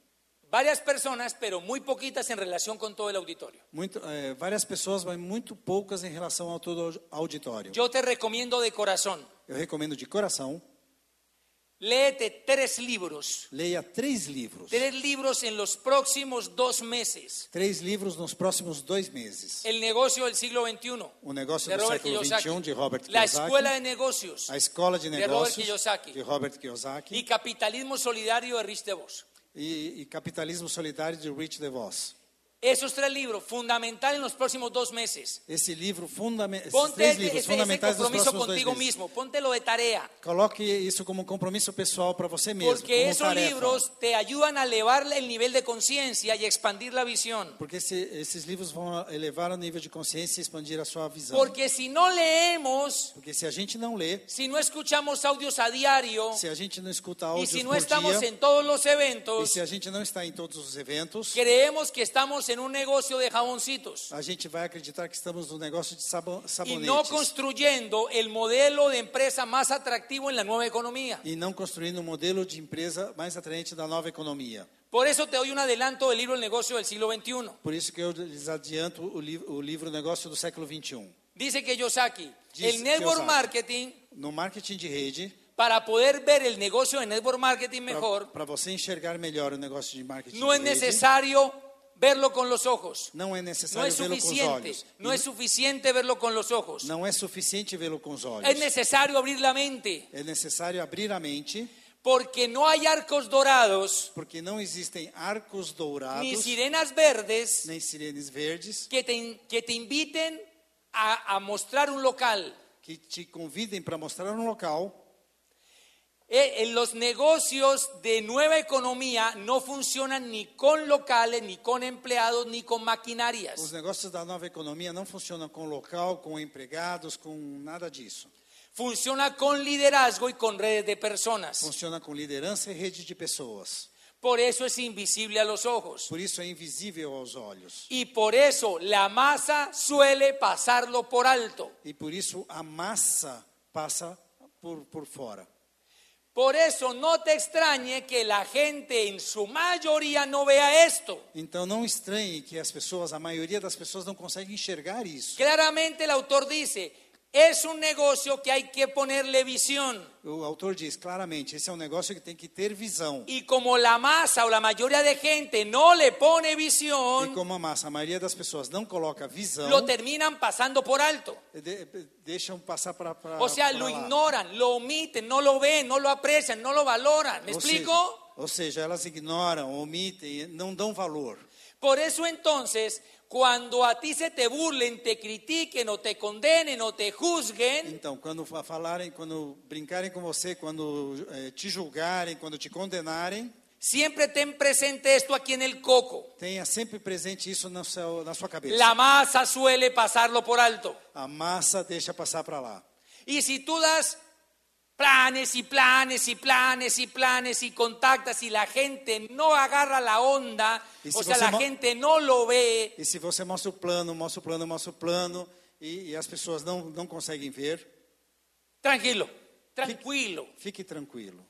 Speaker 4: Varias personas, pero muy poquitas en relación con todo el auditorio.
Speaker 5: Muito, é, várias pessoas, mas muito poucas em relação ao todo o auditório.
Speaker 4: Yo te recomiendo de corazón,
Speaker 5: Eu recomendo de coração,
Speaker 4: léete tres libros,
Speaker 5: leia três livros.
Speaker 4: tres libros en los próximos dos meses.
Speaker 5: Três livros nos próximos dois meses.
Speaker 4: El negocio del siglo XXI.
Speaker 5: O negócio
Speaker 4: Eh, de
Speaker 5: do
Speaker 4: Robert
Speaker 5: século
Speaker 4: Kiyosaki.
Speaker 5: 21 de Robert Kiyosaki.
Speaker 4: La escuela de negocios.
Speaker 5: A escola de
Speaker 4: de
Speaker 5: negócios
Speaker 4: Robert Kiyosaki.
Speaker 5: de Robert
Speaker 4: Y
Speaker 5: Kiyosaki
Speaker 4: capitalismo solidario de Rich DeVos.
Speaker 5: e, e Capitalismo Solidário de Rich DeVos.
Speaker 4: Esos tres libros, fundamental en los próximos dos meses.
Speaker 5: Esse livro fundame- esses
Speaker 4: Ponte
Speaker 5: três
Speaker 4: ese, ese-
Speaker 5: livros
Speaker 4: ese
Speaker 5: fundamentais dos
Speaker 4: compromiso
Speaker 5: próximos dois
Speaker 4: contigo
Speaker 5: meses.
Speaker 4: mismo, póntelo de tarea.
Speaker 5: Coloque isso como um compromisso pessoal para você mesmo,
Speaker 4: Porque é
Speaker 5: como
Speaker 4: esos
Speaker 5: tarefa.
Speaker 4: libros te ayudan a elevar el nivel de conciencia y expandir la visión.
Speaker 5: Porque esse- esses livros vão elevar o nível de consciência e expandir a sua visão.
Speaker 4: Porque si no leemos,
Speaker 5: Porque se a gente não lê,
Speaker 4: si no escuchamos audios a diario
Speaker 5: se a gente não escuta
Speaker 4: y
Speaker 5: áudios
Speaker 4: si no
Speaker 5: por
Speaker 4: estamos
Speaker 5: dia,
Speaker 4: en todos los
Speaker 5: e
Speaker 4: eventos,
Speaker 5: se a gente não está em todos os eventos,
Speaker 4: creemos que estamos en un negocio de jaboncitos
Speaker 5: a gente vai acreditar que estamos no negócio de sabon-
Speaker 4: y
Speaker 5: sabonetes.
Speaker 4: no construyendo el modelo de empresa más atractivo en la nueva economía.
Speaker 5: e não construindo um modelo de empresa mais atraente da nova economia.
Speaker 4: Por eso te doy un adelanto del libro El negocio del siglo XXI.
Speaker 5: Por isso que eu lhes adianto o, li o livro Negócio do Século um. XXI.
Speaker 4: Dice que Kiyosaki,
Speaker 5: Dice
Speaker 4: el network
Speaker 5: Kiyosaki.
Speaker 4: marketing,
Speaker 5: No marketing de rede,
Speaker 4: para poder ver el negocio de network marketing mejor,
Speaker 5: para você enxergar melhor o negócio de marketing
Speaker 4: no es
Speaker 5: de rede,
Speaker 4: necesario verlo con los ojos.
Speaker 5: não é
Speaker 4: No
Speaker 5: necessário
Speaker 4: es
Speaker 5: vê-lo com os
Speaker 4: suficiente,
Speaker 5: olhos.
Speaker 4: no es suficiente verlo con los ojos.
Speaker 5: Não é suficiente vê-lo com os olhos.
Speaker 4: Es necesario abrir la mente,
Speaker 5: É necessário abrir a mente,
Speaker 4: porque no hay arcos dorados
Speaker 5: porque não existem arcos dourados,
Speaker 4: ni sirenas verdes
Speaker 5: nem sirenes verdes,
Speaker 4: que te, in- que te inviten a, a mostrar un local.
Speaker 5: que te convidem para mostrar um local.
Speaker 4: Eh, eh, los negocios de nueva economía no funcionan ni con locales, ni con empleados, ni con
Speaker 5: Os
Speaker 4: maquinarias.
Speaker 5: negócios da nova economia não funcionam com local, com empregados, com nada disso.
Speaker 4: Funciona con liderazgo y con redes de personas.
Speaker 5: Funciona com liderança e rede de pessoas.
Speaker 4: Por eso es invisible a los ojos.
Speaker 5: Por isso é invisível aos olhos.
Speaker 4: Y por eso la masa suele pasarlo por alto.
Speaker 5: E por isso a massa passa por, por fora.
Speaker 4: Por eso no te extrañe que la gente en su mayoría no vea esto.
Speaker 5: Então não estranhe que as pessoas, a maioria das pessoas não consegue enxergar isso.
Speaker 4: Claramente el autor dice, es un negocio que hay que ponerle visión.
Speaker 5: O autor diz claramente, esse é um negócio que tem que ter visão.
Speaker 4: Y como la masa o la mayoría de gente no le pone
Speaker 5: E
Speaker 4: visión,
Speaker 5: como a massa, a maioria das pessoas não coloca visão,
Speaker 4: lo terminan pasando por alto.
Speaker 5: de- deixam passar para
Speaker 4: O sea, lo ignoran, lo omiten, no lo ven, no lo aprecian, no lo valoran. ¿Me
Speaker 5: Ou seja,
Speaker 4: explico?
Speaker 5: ou seja, elas ignoram, omitem, não dão valor.
Speaker 4: Por eso entonces, cuando a ti se te burlen, te critiquen o te condenen o te juzguen,
Speaker 5: Então, quando fa- falarem, quando brincarem com você, quando eh, te julgarem, quando te condenarem,
Speaker 4: siempre ten presente esto aquí en el coco.
Speaker 5: tenha sempre presente isso na sua, na sua cabeça.
Speaker 4: La masa suele pasarlo por alto.
Speaker 5: A massa deixa passar para lá.
Speaker 4: Y si tú das planes y planes y planes y planes y contactas y la gente no agarra la onda,
Speaker 5: Y si
Speaker 4: o sea, la
Speaker 5: hacemos-
Speaker 4: gente no lo ve,
Speaker 5: E se você mostra o plano, mostra o plano, mostra o plano, e, e as pessoas não, não conseguem ver,
Speaker 4: tranquilo, tranquilo.
Speaker 5: fique tranquilo.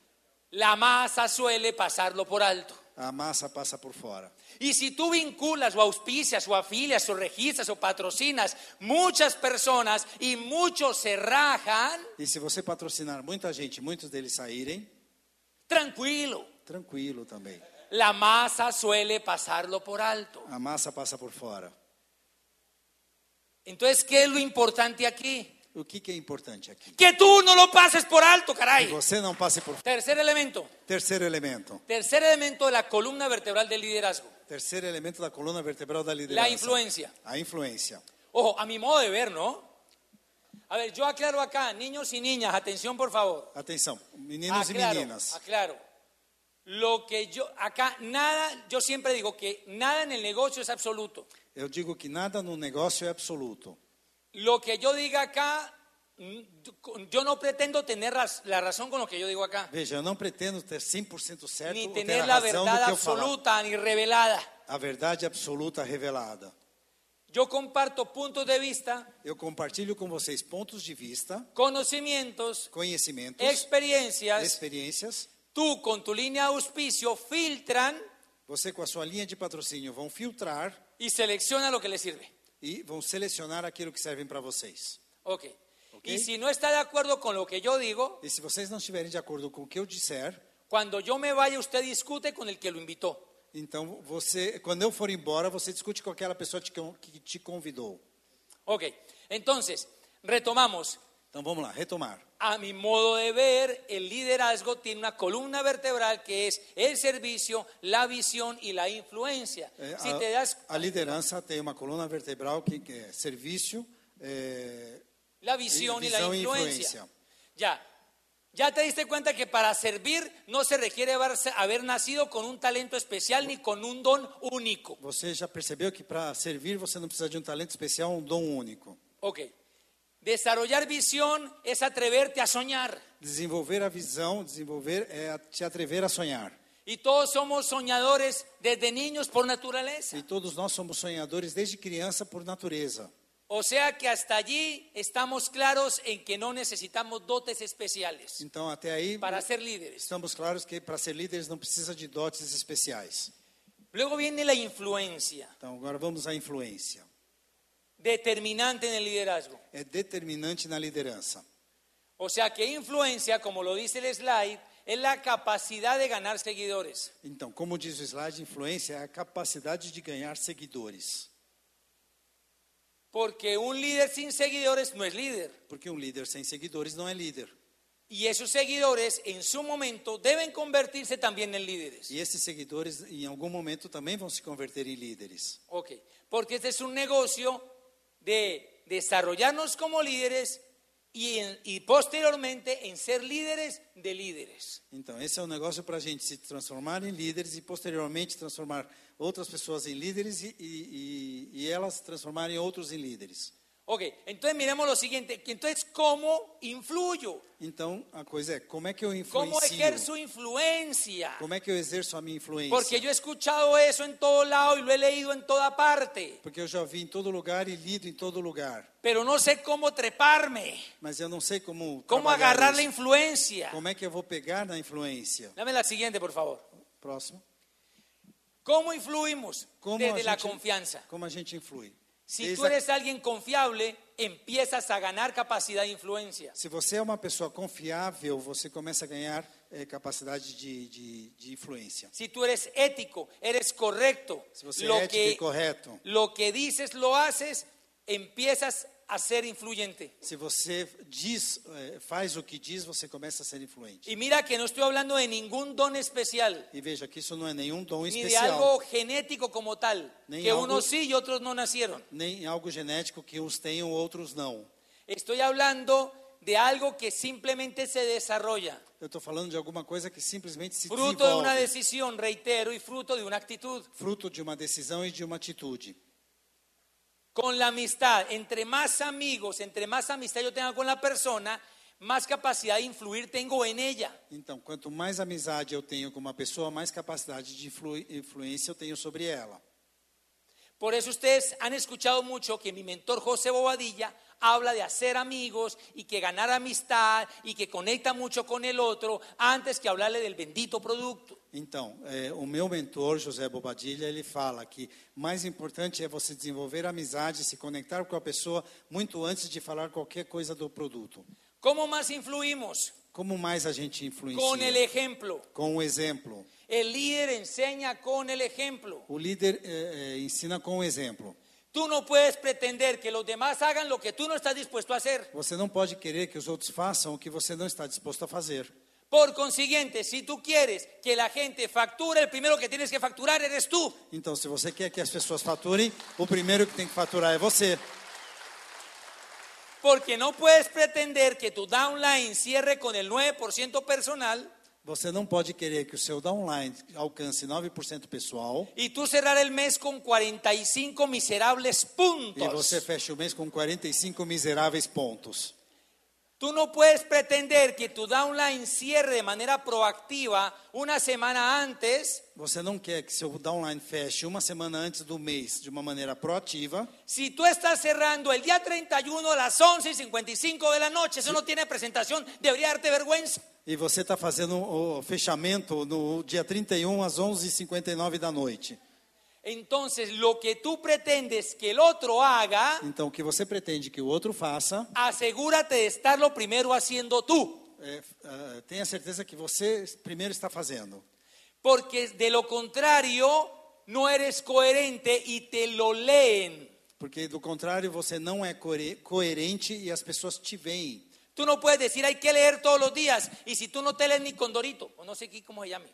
Speaker 4: La masa suele pasarlo por alto.
Speaker 5: A massa passa por fora.
Speaker 4: Y si tú vinculas o auspicias o afilias o registras o patrocinas muchas personas y muchos se rajan,
Speaker 5: E se você patrocinar muita gente, muitos deles saírem,
Speaker 4: tranquilo,
Speaker 5: tranquilo também.
Speaker 4: la masa suele pasarlo por alto.
Speaker 5: A massa passa por fora.
Speaker 4: Entonces, ¿qué es lo importante aquí?
Speaker 5: O que, que é importante aqui?
Speaker 4: Que tú no lo pases por alto,
Speaker 5: Que
Speaker 4: caray.
Speaker 5: você não passe por fora.
Speaker 4: Tercer elemento.
Speaker 5: Terceiro elemento.
Speaker 4: Tercer elemento de la columna vertebral del liderazgo.
Speaker 5: Terceiro elemento da coluna vertebral da liderança.
Speaker 4: La influencia.
Speaker 5: A influência.
Speaker 4: Ojo, a mi modo de ver, ¿no? A ver, yo aclaro acá, niños y niñas, atención por favor.
Speaker 5: Atenção, meninos e
Speaker 4: aclaro,
Speaker 5: meninas.
Speaker 4: aclaro. Lo que yo, acá nada, yo siempre digo que nada en el negocio es absoluto.
Speaker 5: Eu digo que nada no negócio é absoluto.
Speaker 4: Lo que yo diga acá, mm, yo no pretendo tener raz- la razón con lo que yo digo acá.
Speaker 5: Veja, eu não pretendo ter 100% certo
Speaker 4: Ni
Speaker 5: ou ter
Speaker 4: tener
Speaker 5: a
Speaker 4: la
Speaker 5: razão do
Speaker 4: verdad
Speaker 5: que eu falar.
Speaker 4: absoluta ni revelada.
Speaker 5: A verdade absoluta revelada.
Speaker 4: Yo comparto puntos de vista,
Speaker 5: Eu compartilho com vocês pontos de vista,
Speaker 4: conocimientos,
Speaker 5: conhecimentos,
Speaker 4: experiencias.
Speaker 5: experiências.
Speaker 4: Tú con tu línea de auspicio filtran
Speaker 5: Você com a sua linha de patrocínio vão filtrar
Speaker 4: y selecciona lo que le sirve.
Speaker 5: e vão selecionar aquilo que servem para vocês.
Speaker 4: Ok.
Speaker 5: Ok.
Speaker 4: Y si no está de acuerdo con lo que yo digo,
Speaker 5: E se vocês não estiverem de acordo com o que eu disser,
Speaker 4: cuando yo me vaya usted discute con el que lo invitó.
Speaker 5: Então você, quando eu for embora, você discute com aquela pessoa te- que te convidou.
Speaker 4: Ok. Entonces, retomamos.
Speaker 5: Então vamos lá, retomar.
Speaker 4: A mi modo de ver, el liderazgo tiene una columna vertebral que es el servicio, la visión y la influencia.
Speaker 5: É,
Speaker 4: Si te das
Speaker 5: a, a liderança tem uma coluna vertebral que, que é serviço, é,
Speaker 4: La visión y, la
Speaker 5: Visión e
Speaker 4: influencia.
Speaker 5: influencia.
Speaker 4: Ya. Ya te diste cuenta que para servir no se requiere haber, haber nacido con un talento especial ni con un don único.
Speaker 5: você já percebeu que para servir você não precisa de um talento especial, um dom único.
Speaker 4: Ok. Desarrollar visión es atreverte a soñar.
Speaker 5: Desenvolver a visão, desenvolver é a- te atrever a sonhar.
Speaker 4: Y todos somos soñadores desde niños por
Speaker 5: E
Speaker 4: naturaleza.
Speaker 5: todos nós somos sonhadores desde criança por natureza.
Speaker 4: O sea que hasta allí estamos claros en que no necesitamos dotes especiales
Speaker 5: Então até aí
Speaker 4: para ser líderes.
Speaker 5: estamos claros que para ser líderes não precisa de dotes especiais.
Speaker 4: Luego viene la influencia,
Speaker 5: Então agora vamos à influência.
Speaker 4: determinante en el liderazgo.
Speaker 5: é determinante na liderança.
Speaker 4: O sea que influencia, como lo dice el slide, es la capacidad de ganar seguidores.
Speaker 5: Então, como diz o slide, influência é a capacidade de ganhar seguidores.
Speaker 4: Porque un líder sin seguidores no es líder.
Speaker 5: Porque um líder sem seguidores não é líder.
Speaker 4: Y esos seguidores en su momento deben convertirse también en líderes.
Speaker 5: E esses seguidores, em algum momento, também vão se converter em líderes.
Speaker 4: Ok. Porque este es un negocio de desarrollarnos como líderes y, en- y posteriormente en ser líderes de líderes.
Speaker 5: Então, esse é um negócio para a gente se transformar em líderes e, posteriormente, transformar outras pessoas em líderes e, e, e, e elas transformarem outros em líderes.
Speaker 4: Ok, entonces miremos lo siguiente. que Entonces, ¿cómo influyo?
Speaker 5: Então, a coisa é, como é que eu
Speaker 4: ¿Cómo
Speaker 5: influencio?
Speaker 4: ejerzo influencia?
Speaker 5: Como é que eu exerço a minha influência?
Speaker 4: Porque yo he escuchado eso en todo lado y lo he leído en toda parte,
Speaker 5: Porque eu já vi em todo lugar e lido em todo lugar.
Speaker 4: pero no sé cómo treparme,
Speaker 5: Mas eu não sei como
Speaker 4: cómo
Speaker 5: trabalhar
Speaker 4: agarrar la
Speaker 5: isso.
Speaker 4: influencia.
Speaker 5: Como é que eu vou pegar na influência?
Speaker 4: Dame la siguiente, por favor.
Speaker 5: Próximo.
Speaker 4: ¿Cómo influimos?
Speaker 5: Como
Speaker 4: Desde
Speaker 5: a
Speaker 4: la
Speaker 5: gente-
Speaker 4: confianza.
Speaker 5: Como a gente influi?
Speaker 4: Si
Speaker 5: Desde
Speaker 4: tú
Speaker 5: a-
Speaker 4: eres alguien confiable, empiezas a ganar capacidad de influencia.
Speaker 5: Se você é uma pessoa confiável, você começa a ganhar eh, capacidade de, de, de influência.
Speaker 4: Si tú eres ético, eres correcto,
Speaker 5: Se você é
Speaker 4: lo
Speaker 5: ético e
Speaker 4: que,
Speaker 5: correto,
Speaker 4: lo que dices, lo haces, empiezas a ser influyente.
Speaker 5: se você diz, eh, faz o que diz, você começa a ser influente.
Speaker 4: Y mira que no estoy hablando de ningún don especial,
Speaker 5: E veja que isso não é nenhum dom
Speaker 4: ni de algo
Speaker 5: especial,
Speaker 4: genético como tal,
Speaker 5: Ni
Speaker 4: que
Speaker 5: algo-
Speaker 4: unos sí y otros no nacieron.
Speaker 5: nem algo genético que uns tenham, outros não.
Speaker 4: Estoy hablando de algo que simplemente se desarrolla,
Speaker 5: Eu estou falando de alguma coisa que simplesmente se
Speaker 4: fruto de una
Speaker 5: desenvolve,
Speaker 4: decisión, reitero, y fruto de una actitud.
Speaker 5: fruto de uma decisão e de uma atitude.
Speaker 4: Con la amistad, entre más amigos, entre más amistad yo tenga con la persona, más capacidad de influir tengo en ella.
Speaker 5: Então, quanto mais amizade eu tenho com uma pessoa, mais capacidade de influ- influência eu tenho sobre ela.
Speaker 4: Por eso ustedes han escuchado mucho que mi mentor José Bobadilla habla de hacer amigos y que ganar amistad y que conecta mucho con el otro antes que hablarle del bendito producto.
Speaker 5: Então, eh, o meu mentor, José Bobadilha, ele fala que mais importante é você desenvolver amizade, se conectar com a pessoa muito antes de falar qualquer coisa do produto.
Speaker 4: ¿Cómo más influimos?
Speaker 5: Como mais a gente influencia?
Speaker 4: Con el ejemplo.
Speaker 5: Com o exemplo.
Speaker 4: El líder enseña con el ejemplo.
Speaker 5: O líder eh, eh, ensina com o exemplo.
Speaker 4: Tú no puedes pretender que los demás hagan lo que tú no estás dispuesto a hacer.
Speaker 5: Você não pode querer que os outros façam o que você não está disposto a fazer.
Speaker 4: Por consiguiente, si tú quieres que la gente facture, el primero que tienes que facturar eres tú.
Speaker 5: Então, se você quer que as pessoas faturem, o primeiro que tem que faturar é você.
Speaker 4: Porque no puedes pretender que tu downline cierre con el 9% personal
Speaker 5: Você não pode querer que o seu downline alcance 9% pessoal
Speaker 4: y tú cerrar el mes con 45 miserables
Speaker 5: e você
Speaker 4: puntos.
Speaker 5: fecha o mês com 45 miseráveis pontos.
Speaker 4: Tú no puedes pretender que tu downline cierre de manera proactiva una semana antes
Speaker 5: Você não quer que seu downline feche uma semana antes do mês de uma maneira proativa.
Speaker 4: si tú estás cerrando el día 31 a las 11 y 55 de la noche. Eso no tiene presentación, debería darte vergüenza.
Speaker 5: E você está fazendo o fechamento no dia 31 às 11h59 da noite.
Speaker 4: Entonces, lo que tú pretendes que el otro haga,
Speaker 5: Então, o que você pretende que o outro faça,
Speaker 4: asegúrate de estarlo primero haciendo tú.
Speaker 5: é, ah, tenha certeza que você primeiro está fazendo.
Speaker 4: Porque de lo contrario, no eres coherente y te lo leen.
Speaker 5: Porque, do contrário, você não é coere- coerente e as pessoas te veem.
Speaker 4: Tú no puedes decir hay que leer todos los días. Y si tú no te lees ni Condorito, o no sé qué, cómo se llame.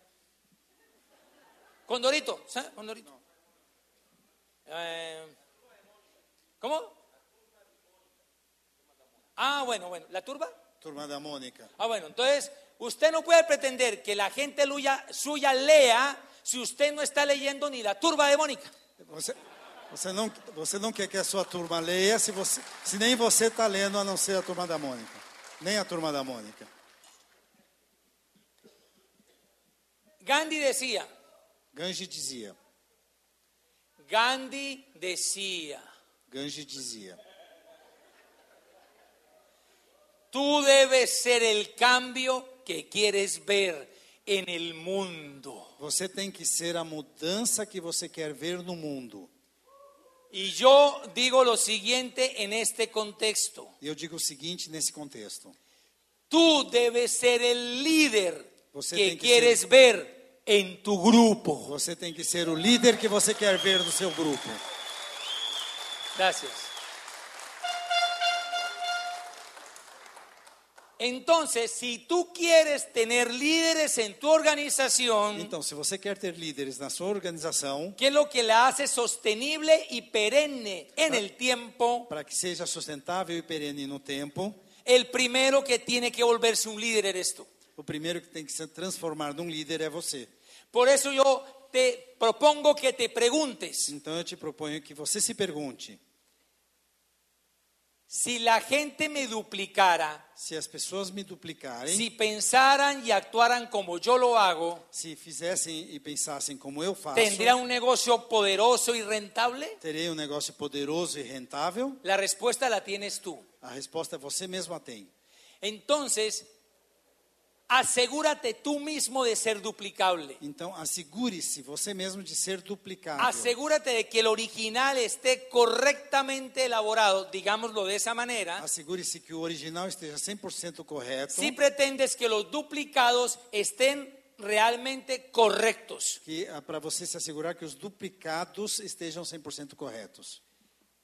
Speaker 4: Condorito, ¿sabes? Condorito. Eh, ¿Cómo? Ah, bueno, bueno. ¿La turba?
Speaker 5: Turma da Mônica.
Speaker 4: Ah, bueno. Entonces, usted no puede pretender que la gente luya- suya lea si usted no está leyendo ni la turba de Mónica.
Speaker 5: Você, você, não, você não quer que a sua turma leia se, você, se nem você está lendo, a não ser a turma da Mônica. Nem a turma da Mônica.
Speaker 4: Gandhi decía,
Speaker 5: Ganji dizia.
Speaker 4: Gandhi decía,
Speaker 5: Ganji dizia.
Speaker 4: tú debes ser el cambio que quieres ver en el mundo.
Speaker 5: Você tem que ser a mudança que você quer ver no mundo.
Speaker 4: Y yo digo lo siguiente en este contexto.
Speaker 5: E eu digo o seguinte nesse contexto.
Speaker 4: Tú debes ser el líder
Speaker 5: Você
Speaker 4: que
Speaker 5: tem que
Speaker 4: quieres
Speaker 5: ser-
Speaker 4: ver en tu grupo.
Speaker 5: Você tem que ser o líder que você quer ver no seu grupo.
Speaker 4: Gracias. Entonces, si tú quieres tener líderes en tu organización,
Speaker 5: Então, se você quer ter líderes na sua organização,
Speaker 4: ¿Qué es lo que la hace
Speaker 5: Ah.
Speaker 4: sostenible y perenne en el tiempo?
Speaker 5: para que seja sustentável e perene no tempo,
Speaker 4: El primero que tiene que volverse un líder eres tú.
Speaker 5: O primeiro que tem que se transformar num líder é você.
Speaker 4: Por eso yo te propongo que te preguntes
Speaker 5: Então eu te proponho que você se pergunte:
Speaker 4: si la gente me duplicara,
Speaker 5: se as pessoas me duplicarem,
Speaker 4: si pensaran y actuaran como yo lo hago,
Speaker 5: se fizessem e pensassem como eu faço,
Speaker 4: ¿tendría un negocio poderoso y rentable?
Speaker 5: terei um negócio poderoso e rentável?
Speaker 4: La respuesta la tienes tú.
Speaker 5: A resposta é você mesmo a tem.
Speaker 4: Entonces, asegúrate tú mismo de ser duplicable.
Speaker 5: Então assegure-se você mesmo de ser duplicado.
Speaker 4: Asegúrate de que el original esté correctamente elaborado, digámoslo de esa manera,
Speaker 5: Assegure-se que o original esteja 100% correto,
Speaker 4: si pretendes que los duplicados estén realmente correctos.
Speaker 5: que para você se assegurar que os duplicados estejam 100% corretos.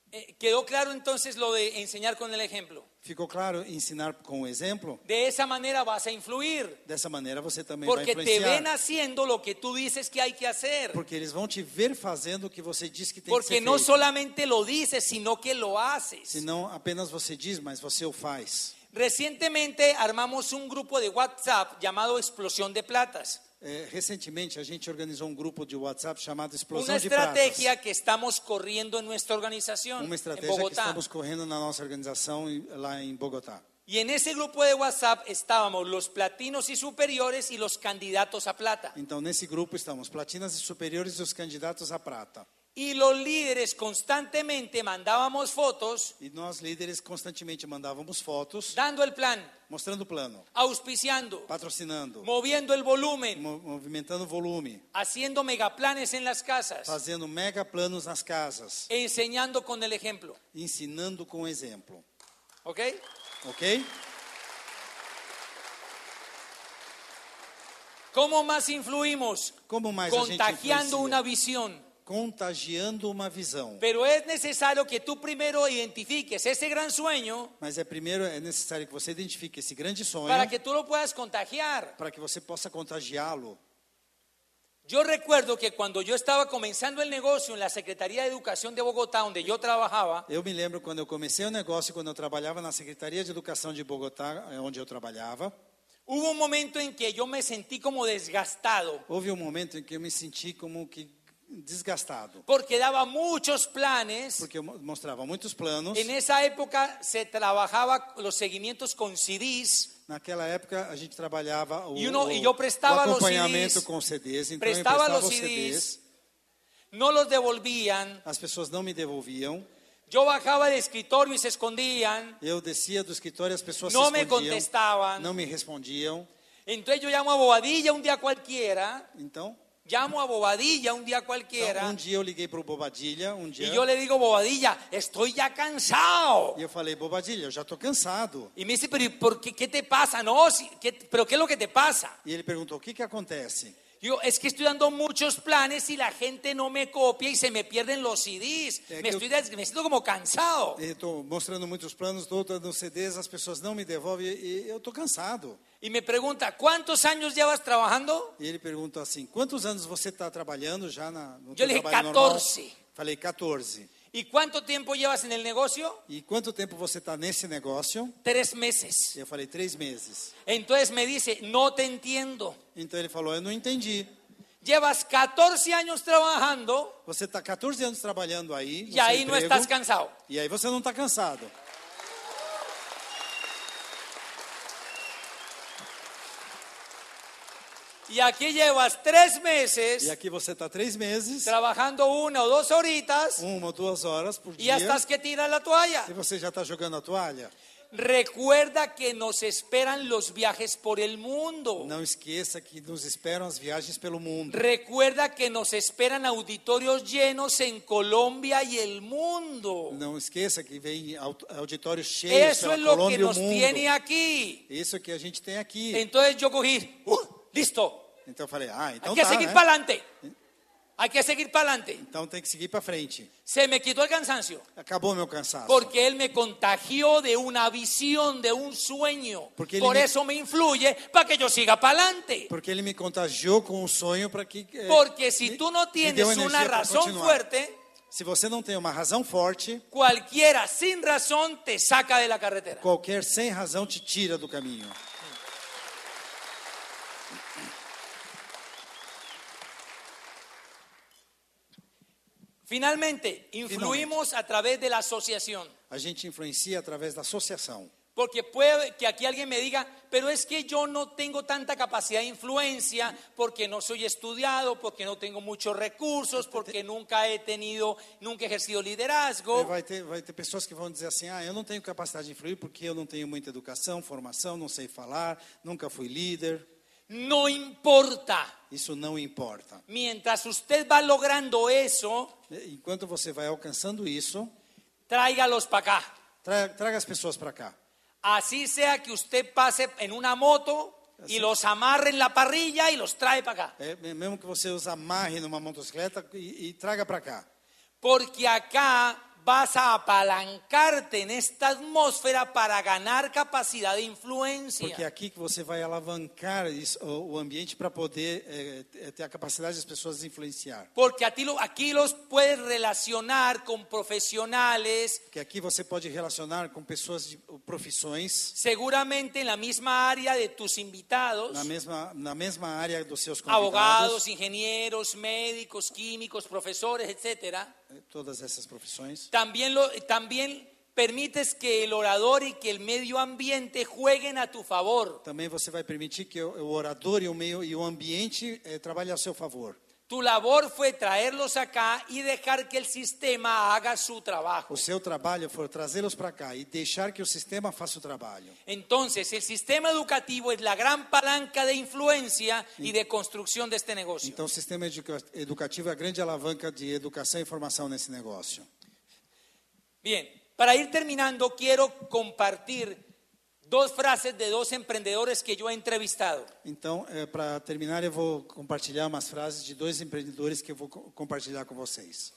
Speaker 4: Eh, quedó claro entonces lo de enseñar con el ejemplo.
Speaker 5: Ficou claro ensinar com o exemplo?
Speaker 4: De esa manera vas a influir,
Speaker 5: Dessa maneira você também vai
Speaker 4: porque te
Speaker 5: influenciar.
Speaker 4: ven haciendo lo que tú dices que hay que hacer,
Speaker 5: Porque eles vão te ver fazendo o que você diz que tem que
Speaker 4: porque
Speaker 5: ser
Speaker 4: no
Speaker 5: feito.
Speaker 4: solamente lo dices, sino que lo haces.
Speaker 5: Senão apenas você diz, mas você o faz.
Speaker 4: Recientemente armamos un grupo de WhatsApp llamado Explosión de Platas.
Speaker 5: É, recentemente a gente organizou um grupo de WhatsApp chamado Explosão
Speaker 4: Una
Speaker 5: de Pratas.
Speaker 4: estrategia que estamos corriendo en nuestra organización
Speaker 5: Uma
Speaker 4: en
Speaker 5: estratégia que
Speaker 4: Bogotá.
Speaker 5: estamos correndo na nossa organização em- lá em Bogotá.
Speaker 4: Y en ese grupo de WhatsApp estábamos los platinos y superiores y los candidatos a plata.
Speaker 5: Então nesse grupo estamos platinas e superiores e os candidatos à prata.
Speaker 4: Y los líderes constantemente mandábamos fotos
Speaker 5: E nós líderes constantemente mandávamos fotos,
Speaker 4: dando el plan,
Speaker 5: mostrando o plano,
Speaker 4: auspiciando,
Speaker 5: patrocinando,
Speaker 4: moviendo el volumen,
Speaker 5: mo- movimentando o volume,
Speaker 4: haciendo megaplanes en las casas,
Speaker 5: fazendo mega planos nas casas,
Speaker 4: enseñando con el ejemplo.
Speaker 5: ensinando com o exemplo.
Speaker 4: ¿Ok?
Speaker 5: Ok?
Speaker 4: ¿Cómo más influimos?
Speaker 5: Como mais a gente
Speaker 4: Contagiando
Speaker 5: influencia?
Speaker 4: una visión.
Speaker 5: Contagiando uma visão.
Speaker 4: Pero es necesario que tú primero identifiques ese gran sueño
Speaker 5: Mas é primeiro é necessário que você identifique esse grande sonho
Speaker 4: para que tú lo puedas contagiar.
Speaker 5: para que você possa contagiá-lo.
Speaker 4: Yo recuerdo que cuando yo estaba comenzando el negocio en la Secretaría de Educación de Bogotá, donde yo trabajaba,
Speaker 5: Eu me lembro quando eu comecei o negócio, quando eu trabalhava na Secretaria de Educação de Bogotá, é onde eu trabalhava,
Speaker 4: hubo un momento en que yo me sentí como desgastado,
Speaker 5: houve um momento em que eu me senti como que desgastado,
Speaker 4: porque daba muchos planes.
Speaker 5: porque eu mo- mostrava muitos planos.
Speaker 4: En esa época se trabajaba los seguimientos con CDs,
Speaker 5: Naquela época a gente trabalhava o,
Speaker 4: E uno-
Speaker 5: o-
Speaker 4: e eu prestava
Speaker 5: o
Speaker 4: los
Speaker 5: acompanhamento
Speaker 4: CDs,
Speaker 5: com CDs, então
Speaker 4: prestava
Speaker 5: eu
Speaker 4: los
Speaker 5: prestava os CDs,
Speaker 4: CDs. no los devolvían,
Speaker 5: as pessoas não me devolviam,
Speaker 4: yo bajaba del escritorio y se escondían,
Speaker 5: eu descia do escritório, as pessoas
Speaker 4: Não
Speaker 5: se
Speaker 4: me
Speaker 5: escondiam,
Speaker 4: contestavam.
Speaker 5: não me respondiam,
Speaker 4: entonces yo llamo a Bobadilla un día cualquiera,
Speaker 5: então
Speaker 4: llamo a Bobadilla un día
Speaker 5: Então,
Speaker 4: cualquiera
Speaker 5: um dia eu liguei para o Bobadilha, um dia,
Speaker 4: y yo le digo, Bobadilla, estoy ya cansado.
Speaker 5: e eu falei, Bobadilha, eu já estou cansado.
Speaker 4: Y me dice, pero ¿y por qué, qué te pasa? No, si- ¿qué- pero ¿qué es lo que te pasa?
Speaker 5: E ele perguntou, o que que acontece?
Speaker 4: Yo, es que estoy dando muchos planes y la gente no me copia y se me pierden los CDs.
Speaker 5: Eh,
Speaker 4: Me,
Speaker 5: que-
Speaker 4: estoy des- me siento como cansado.
Speaker 5: Eu estou mostrando muitos planos, estou dando CDs, as pessoas não me devolvem, e eu estou cansado.
Speaker 4: Y me pregunta, ¿cuántos años llevas trabajando?
Speaker 5: E ele perguntou assim, quantos anos você está trabalhando já na, no
Speaker 4: Eu
Speaker 5: teu
Speaker 4: lhe-
Speaker 5: trabalho normal?"
Speaker 4: 14.
Speaker 5: Falei, 14.
Speaker 4: ¿Y cuánto tiempo llevas en el negocio?
Speaker 5: E quanto tempo você está nesse negócio?
Speaker 4: Tres meses.
Speaker 5: Eu falei, três meses.
Speaker 4: Entonces me dice, no te entiendo.
Speaker 5: Então ele falou, eu não entendi.
Speaker 4: Llevas 14 años trabajando
Speaker 5: Você está 14 anos trabalhando aí, no
Speaker 4: y
Speaker 5: seu
Speaker 4: ahí no
Speaker 5: emprego,
Speaker 4: estás cansado.
Speaker 5: e aí você não está cansado.
Speaker 4: Y aquí llevas tres meses
Speaker 5: E aqui você está três meses,
Speaker 4: trabajando una o dos horitas
Speaker 5: uma ou duas horas por
Speaker 4: y ya
Speaker 5: dia
Speaker 4: estás que tiras la toalla.
Speaker 5: e você já está jogando a toalha.
Speaker 4: Recuerda que nos esperan los viajes por el mundo.
Speaker 5: Não esqueça que nos esperam as viagens pelo mundo.
Speaker 4: Recuerda que nos esperan auditorios llenos en Colombia y el mundo.
Speaker 5: Não esqueça que vem au- auditórios cheios
Speaker 4: Eso
Speaker 5: pela
Speaker 4: es lo é que
Speaker 5: Colômbia e o
Speaker 4: nos
Speaker 5: mundo.
Speaker 4: tiene aquí.
Speaker 5: Isso que a gente tem aqui.
Speaker 4: Entonces yo cogí, ¡uh! listo,
Speaker 5: Então eu falei, ah,
Speaker 4: hay
Speaker 5: então
Speaker 4: que
Speaker 5: tá,
Speaker 4: é seguir
Speaker 5: né?
Speaker 4: para adelante. Hay que seguir para adelante.
Speaker 5: Então tem que seguir para frente.
Speaker 4: Se me quitó el cansancio
Speaker 5: Acabou meu cansaço.
Speaker 4: porque él me contagió de una visión, de un sueño.
Speaker 5: Porque ele
Speaker 4: Por
Speaker 5: me-
Speaker 4: eso me influye para que yo siga para adelante.
Speaker 5: Porque ele me contagiou com um sonho para que... eh,
Speaker 4: Porque
Speaker 5: me-
Speaker 4: si tú no
Speaker 5: me deu
Speaker 4: tienes
Speaker 5: energia
Speaker 4: una
Speaker 5: pra
Speaker 4: razón
Speaker 5: continuar.
Speaker 4: fuerte,
Speaker 5: Se você não tem uma razão forte,
Speaker 4: Cualquiera sin razón te saca de la carretera.
Speaker 5: qualquer sem razão te tira do caminho.
Speaker 4: Finalmente, influimos a través de la asociação.
Speaker 5: A gente influencia através da associação.
Speaker 4: Porque puede que aquí alguien me diga, pero es que yo no tengo tanta capacidad de influencia porque no soy estudiado, porque no tengo muchos recursos, porque nunca he tenido, nunca he ejercido
Speaker 5: É,
Speaker 4: liderazgo.
Speaker 5: vai, ter, vai ter pessoas que vão dizer assim: ah, eu não tenho capacidade de influir porque eu não tenho muita educação, formação, não sei falar, nunca fui líder.
Speaker 4: No importa.
Speaker 5: Isso não importa.
Speaker 4: Mientras usted va logrando eso,
Speaker 5: Enquanto você vai alcançando isso,
Speaker 4: tráigalos para acá.
Speaker 5: traga, traga as pessoas para cá.
Speaker 4: Así sea que usted pase en una moto y los amarre en la parrilla y los trae para acá.
Speaker 5: É, me- mesmo que você os amarre numa motocicleta e, e traga para cá.
Speaker 4: Porque acá vas a apalancarte en esta atmósfera para ganar capacidad de
Speaker 5: Porque é
Speaker 4: influencia.
Speaker 5: aqui que você vai alavancar isso, o, o ambiente para poder é, t- ter a capacidade das pessoas influenciar.
Speaker 4: Porque a ti lo- aquí los puedes relacionar con profesionales,
Speaker 5: Porque aqui você pode relacionar com pessoas de profissões
Speaker 4: seguramente en la misma área de tus invitados,
Speaker 5: na mesma, na mesma área dos seus convidados.
Speaker 4: abogados, ingenieros, médicos, químicos, profesores, etcétera.
Speaker 5: eh, Todas essas profissões.
Speaker 4: También, lo- también permites que el orador y que el medio ambiente jueguen a tu favor.
Speaker 5: Também você vai permitir que o, o orador e o meio e o ambiente eh, trabalhem a seu favor.
Speaker 4: Tu labor fue traerlos acá y dejar que el sistema haga su trabajo.
Speaker 5: O seu trabalho for trazê-los para cá e deixar que o sistema faça o trabalho.
Speaker 4: Entonces, el sistema educativo es la gran palanca de influencia y de construcción de este negocio.
Speaker 5: Então, o sistema educa- educativo é a grande alavanca de educação e formação nesse negócio.
Speaker 4: Bien, para ir terminando, quiero compartir dos frases de dos emprendedores que yo he entrevistado.
Speaker 5: Então, para terminar, eu vou compartilhar umas frases de dois empreendedores que eu vou co- compartilhar com vocês.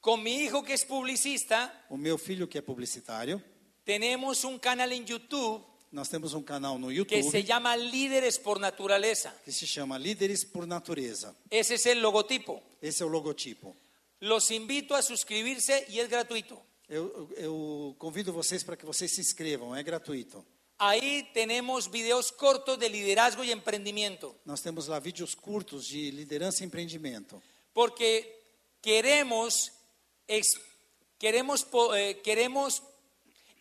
Speaker 4: Con mi hijo que es publicista,
Speaker 5: O meu filho, que é publicitário,
Speaker 4: tenemos un canal en YouTube
Speaker 5: nós temos um canal no
Speaker 4: que se
Speaker 5: YouTube
Speaker 4: llama Líderes por Naturaleza.
Speaker 5: que se chama Líderes por Natureza.
Speaker 4: Ese es el logotipo.
Speaker 5: Esse é o logotipo.
Speaker 4: Los invito a suscribirse y es gratuito.
Speaker 5: Eu, eu- eu convido vocês para que vocês se inscrevam, é gratuito.
Speaker 4: Ahí tenemos videos cortos de liderazgo y emprendimiento,
Speaker 5: Nós temos lá vídeos curtos de liderança e empreendimento,
Speaker 4: porque queremos, ex- queremos, po- eh, queremos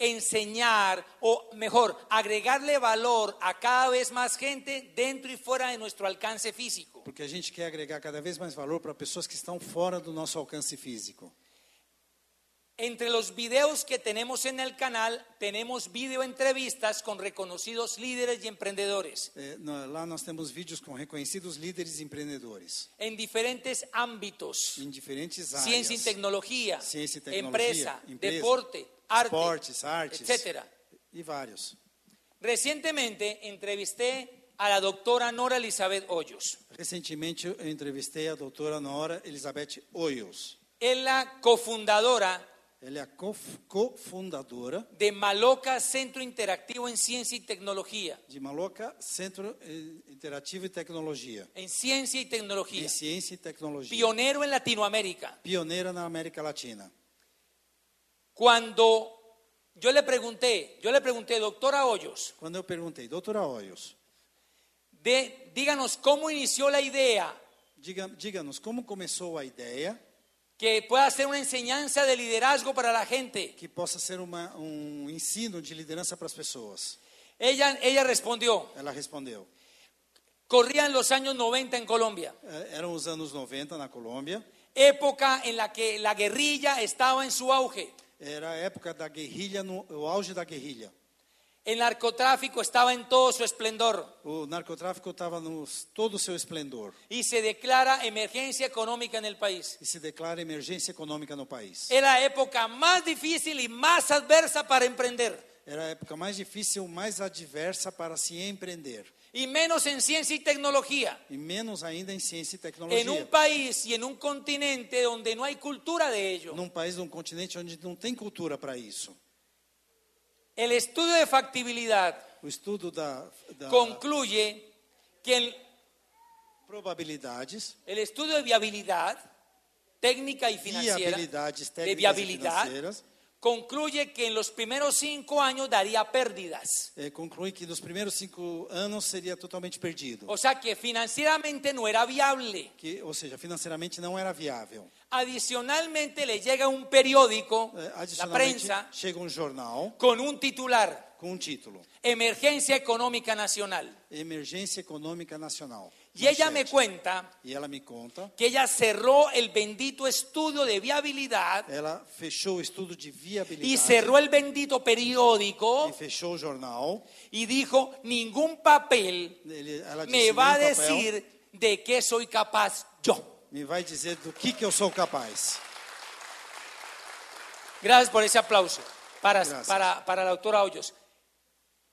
Speaker 4: enseñar, o mejor, agregarle valor a cada vez más gente dentro y fuera de nuestro alcance físico.
Speaker 5: porque a gente quer agregar cada vez mais valor para pessoas que estão fora do nosso alcance físico.
Speaker 4: Entre los videos que tenemos en el canal, tenemos videoentrevistas con reconocidos líderes y emprendedores
Speaker 5: É, na- lá nós temos vídeos com reconhecidos líderes e empreendedores
Speaker 4: en diferentes ámbitos.
Speaker 5: em diferentes áreas.
Speaker 4: Ciencia y tecnología,
Speaker 5: Ciencia y tecnología,
Speaker 4: empresa,
Speaker 5: empresa,
Speaker 4: deporte, arte,
Speaker 5: esportes, artes.
Speaker 4: etcétera.
Speaker 5: E vários.
Speaker 4: Recientemente entrevisté a la doctora Nora Elizabeth Hoyos.
Speaker 5: Recentemente eu entrevistei a doutora Nora Elizabeth Hoyos.
Speaker 4: Es la cofundadora
Speaker 5: Ela é a cof- cofundadora
Speaker 4: de Maloca Centro Interactivo en Ciencia y Tecnología.
Speaker 5: de Maloca Centro eh, Interativo e Tecnologia.
Speaker 4: En Ciencia y Tecnología.
Speaker 5: Em Ciência e Tecnologia.
Speaker 4: Pionero en Latinoamérica.
Speaker 5: Pioneira na América Latina.
Speaker 4: Cuando yo le pregunté, yo le pregunté, doctora Hoyos,
Speaker 5: Quando eu perguntei, doutora Hoyos,
Speaker 4: de, díganos cómo inició la idea
Speaker 5: diga- diga-nos como começou a ideia
Speaker 4: que pueda ser una enseñanza de liderazgo para la gente.
Speaker 5: que possa ser uma, um ensino de liderança para as pessoas.
Speaker 4: Ella, ella respondió,
Speaker 5: Ela respondeu,
Speaker 4: corrían los años 90 en Colombia,
Speaker 5: eh, eram os anos 90 na Colômbia,
Speaker 4: época en la que la guerrilla estaba en su auge,
Speaker 5: era a época da guerrilha, no, o auge da guerrilha.
Speaker 4: el narcotráfico estaba en todo su esplendor
Speaker 5: O narcotráfico estava no todo o seu esplendor
Speaker 4: y se declara emergencia económica en el país.
Speaker 5: e se declara emergência econômica no país.
Speaker 4: Era la época más difícil y más adversa para emprender,
Speaker 5: Era a época mais difícil, mais adversa para se empreender,
Speaker 4: y menos en ciencia y tecnología,
Speaker 5: e menos ainda em ciência e tecnologia.
Speaker 4: en un país y en un continente donde no hay cultura de ello.
Speaker 5: Num país, num continente onde não tem cultura para isso.
Speaker 4: El estudio de factibilidad
Speaker 5: O estudo da, da
Speaker 4: concluye que el,
Speaker 5: probabilidades,
Speaker 4: el estudio de viabilidad técnica y
Speaker 5: e
Speaker 4: financiera,
Speaker 5: habilidades
Speaker 4: de
Speaker 5: técnicas e
Speaker 4: viabilidad,
Speaker 5: financeiras,
Speaker 4: concluye que en los primeros cinco años daría pérdidas.
Speaker 5: eh, conclui que nos primeiros cinco anos seria totalmente perdido.
Speaker 4: O sea que financieramente no era viable.
Speaker 5: Que, ou seja, financeiramente não era viável.
Speaker 4: Adicionalmente le llega un periódico,
Speaker 5: Eh,
Speaker 4: la
Speaker 5: Adicionalmente,
Speaker 4: prensa,
Speaker 5: chega um jornal
Speaker 4: con un titular,
Speaker 5: com um título,
Speaker 4: Emergencia Económica Nacional.
Speaker 5: Emergência Econômica Nacional.
Speaker 4: Y ella me
Speaker 5: Manchete.
Speaker 4: cuenta
Speaker 5: E ela me conta,
Speaker 4: que ella cerró el bendito estudio de viabilidad
Speaker 5: ela fechou o estudo de viabilidade
Speaker 4: y cerró el bendito periódico
Speaker 5: e fechou o jornal.
Speaker 4: y dijo, ningún papel
Speaker 5: Ele, ela disse,
Speaker 4: me va a
Speaker 5: "Nem papel
Speaker 4: decir de qué soy capaz yo.
Speaker 5: me vai dizer do que, que eu sou capaz.
Speaker 4: Gracias por ese aplauso para,
Speaker 5: Gracias.
Speaker 4: para, para la doctora Hoyos.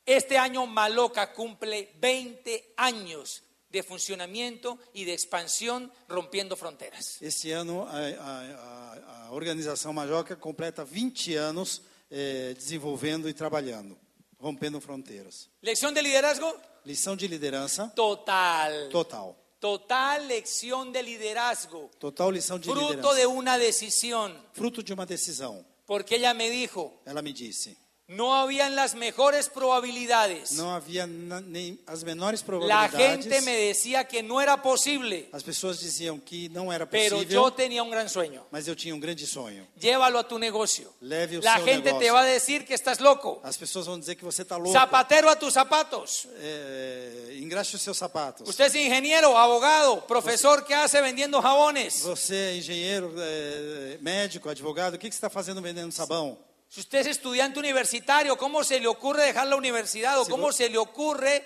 Speaker 4: Este año Maloca cumple 20 años de funcionamiento y de expansión rompiendo fronteras.
Speaker 5: Esse ano a, a- a- a organização Majoca completa 20 anos eh, desenvolvendo e trabalhando, rompendo fronteiras.
Speaker 4: Lección de liderazgo
Speaker 5: Lição de liderança
Speaker 4: total.
Speaker 5: total.
Speaker 4: Total lección de liderazgo.
Speaker 5: Total lição de
Speaker 4: Fruto de
Speaker 5: liderança.
Speaker 4: una decisión.
Speaker 5: Fruto de uma decisão.
Speaker 4: Porque ella me dijo,
Speaker 5: Ela me disse.
Speaker 4: no habían las mejores probabilidades.
Speaker 5: Não havia na- nem as menores
Speaker 4: La
Speaker 5: probabilidades.
Speaker 4: gente me decía que no era posible,
Speaker 5: As pessoas diziam que não era
Speaker 4: pero
Speaker 5: possível,
Speaker 4: yo tenía un gran sueño.
Speaker 5: mas eu tinha um grande sonho.
Speaker 4: Llévalo a tu negocio.
Speaker 5: Leve o
Speaker 4: La
Speaker 5: seu
Speaker 4: gente te
Speaker 5: negócio.
Speaker 4: va a decir que estás loco.
Speaker 5: As pessoas vão dizer que você está louco.
Speaker 4: Zapatero a tus zapatos.
Speaker 5: É, engraxe os seus sapatos.
Speaker 4: Usted es ingeniero, abogado, profesor que hace vendiendo jabones.
Speaker 5: Você é engenheiro, é, médico, advogado, o que, que você está fazendo vendendo sabão?
Speaker 4: Si usted es estudiante universitario, ¿cómo se le ocurre dejar la universidad o
Speaker 5: Si
Speaker 4: cómo
Speaker 5: vos-
Speaker 4: se le ocurre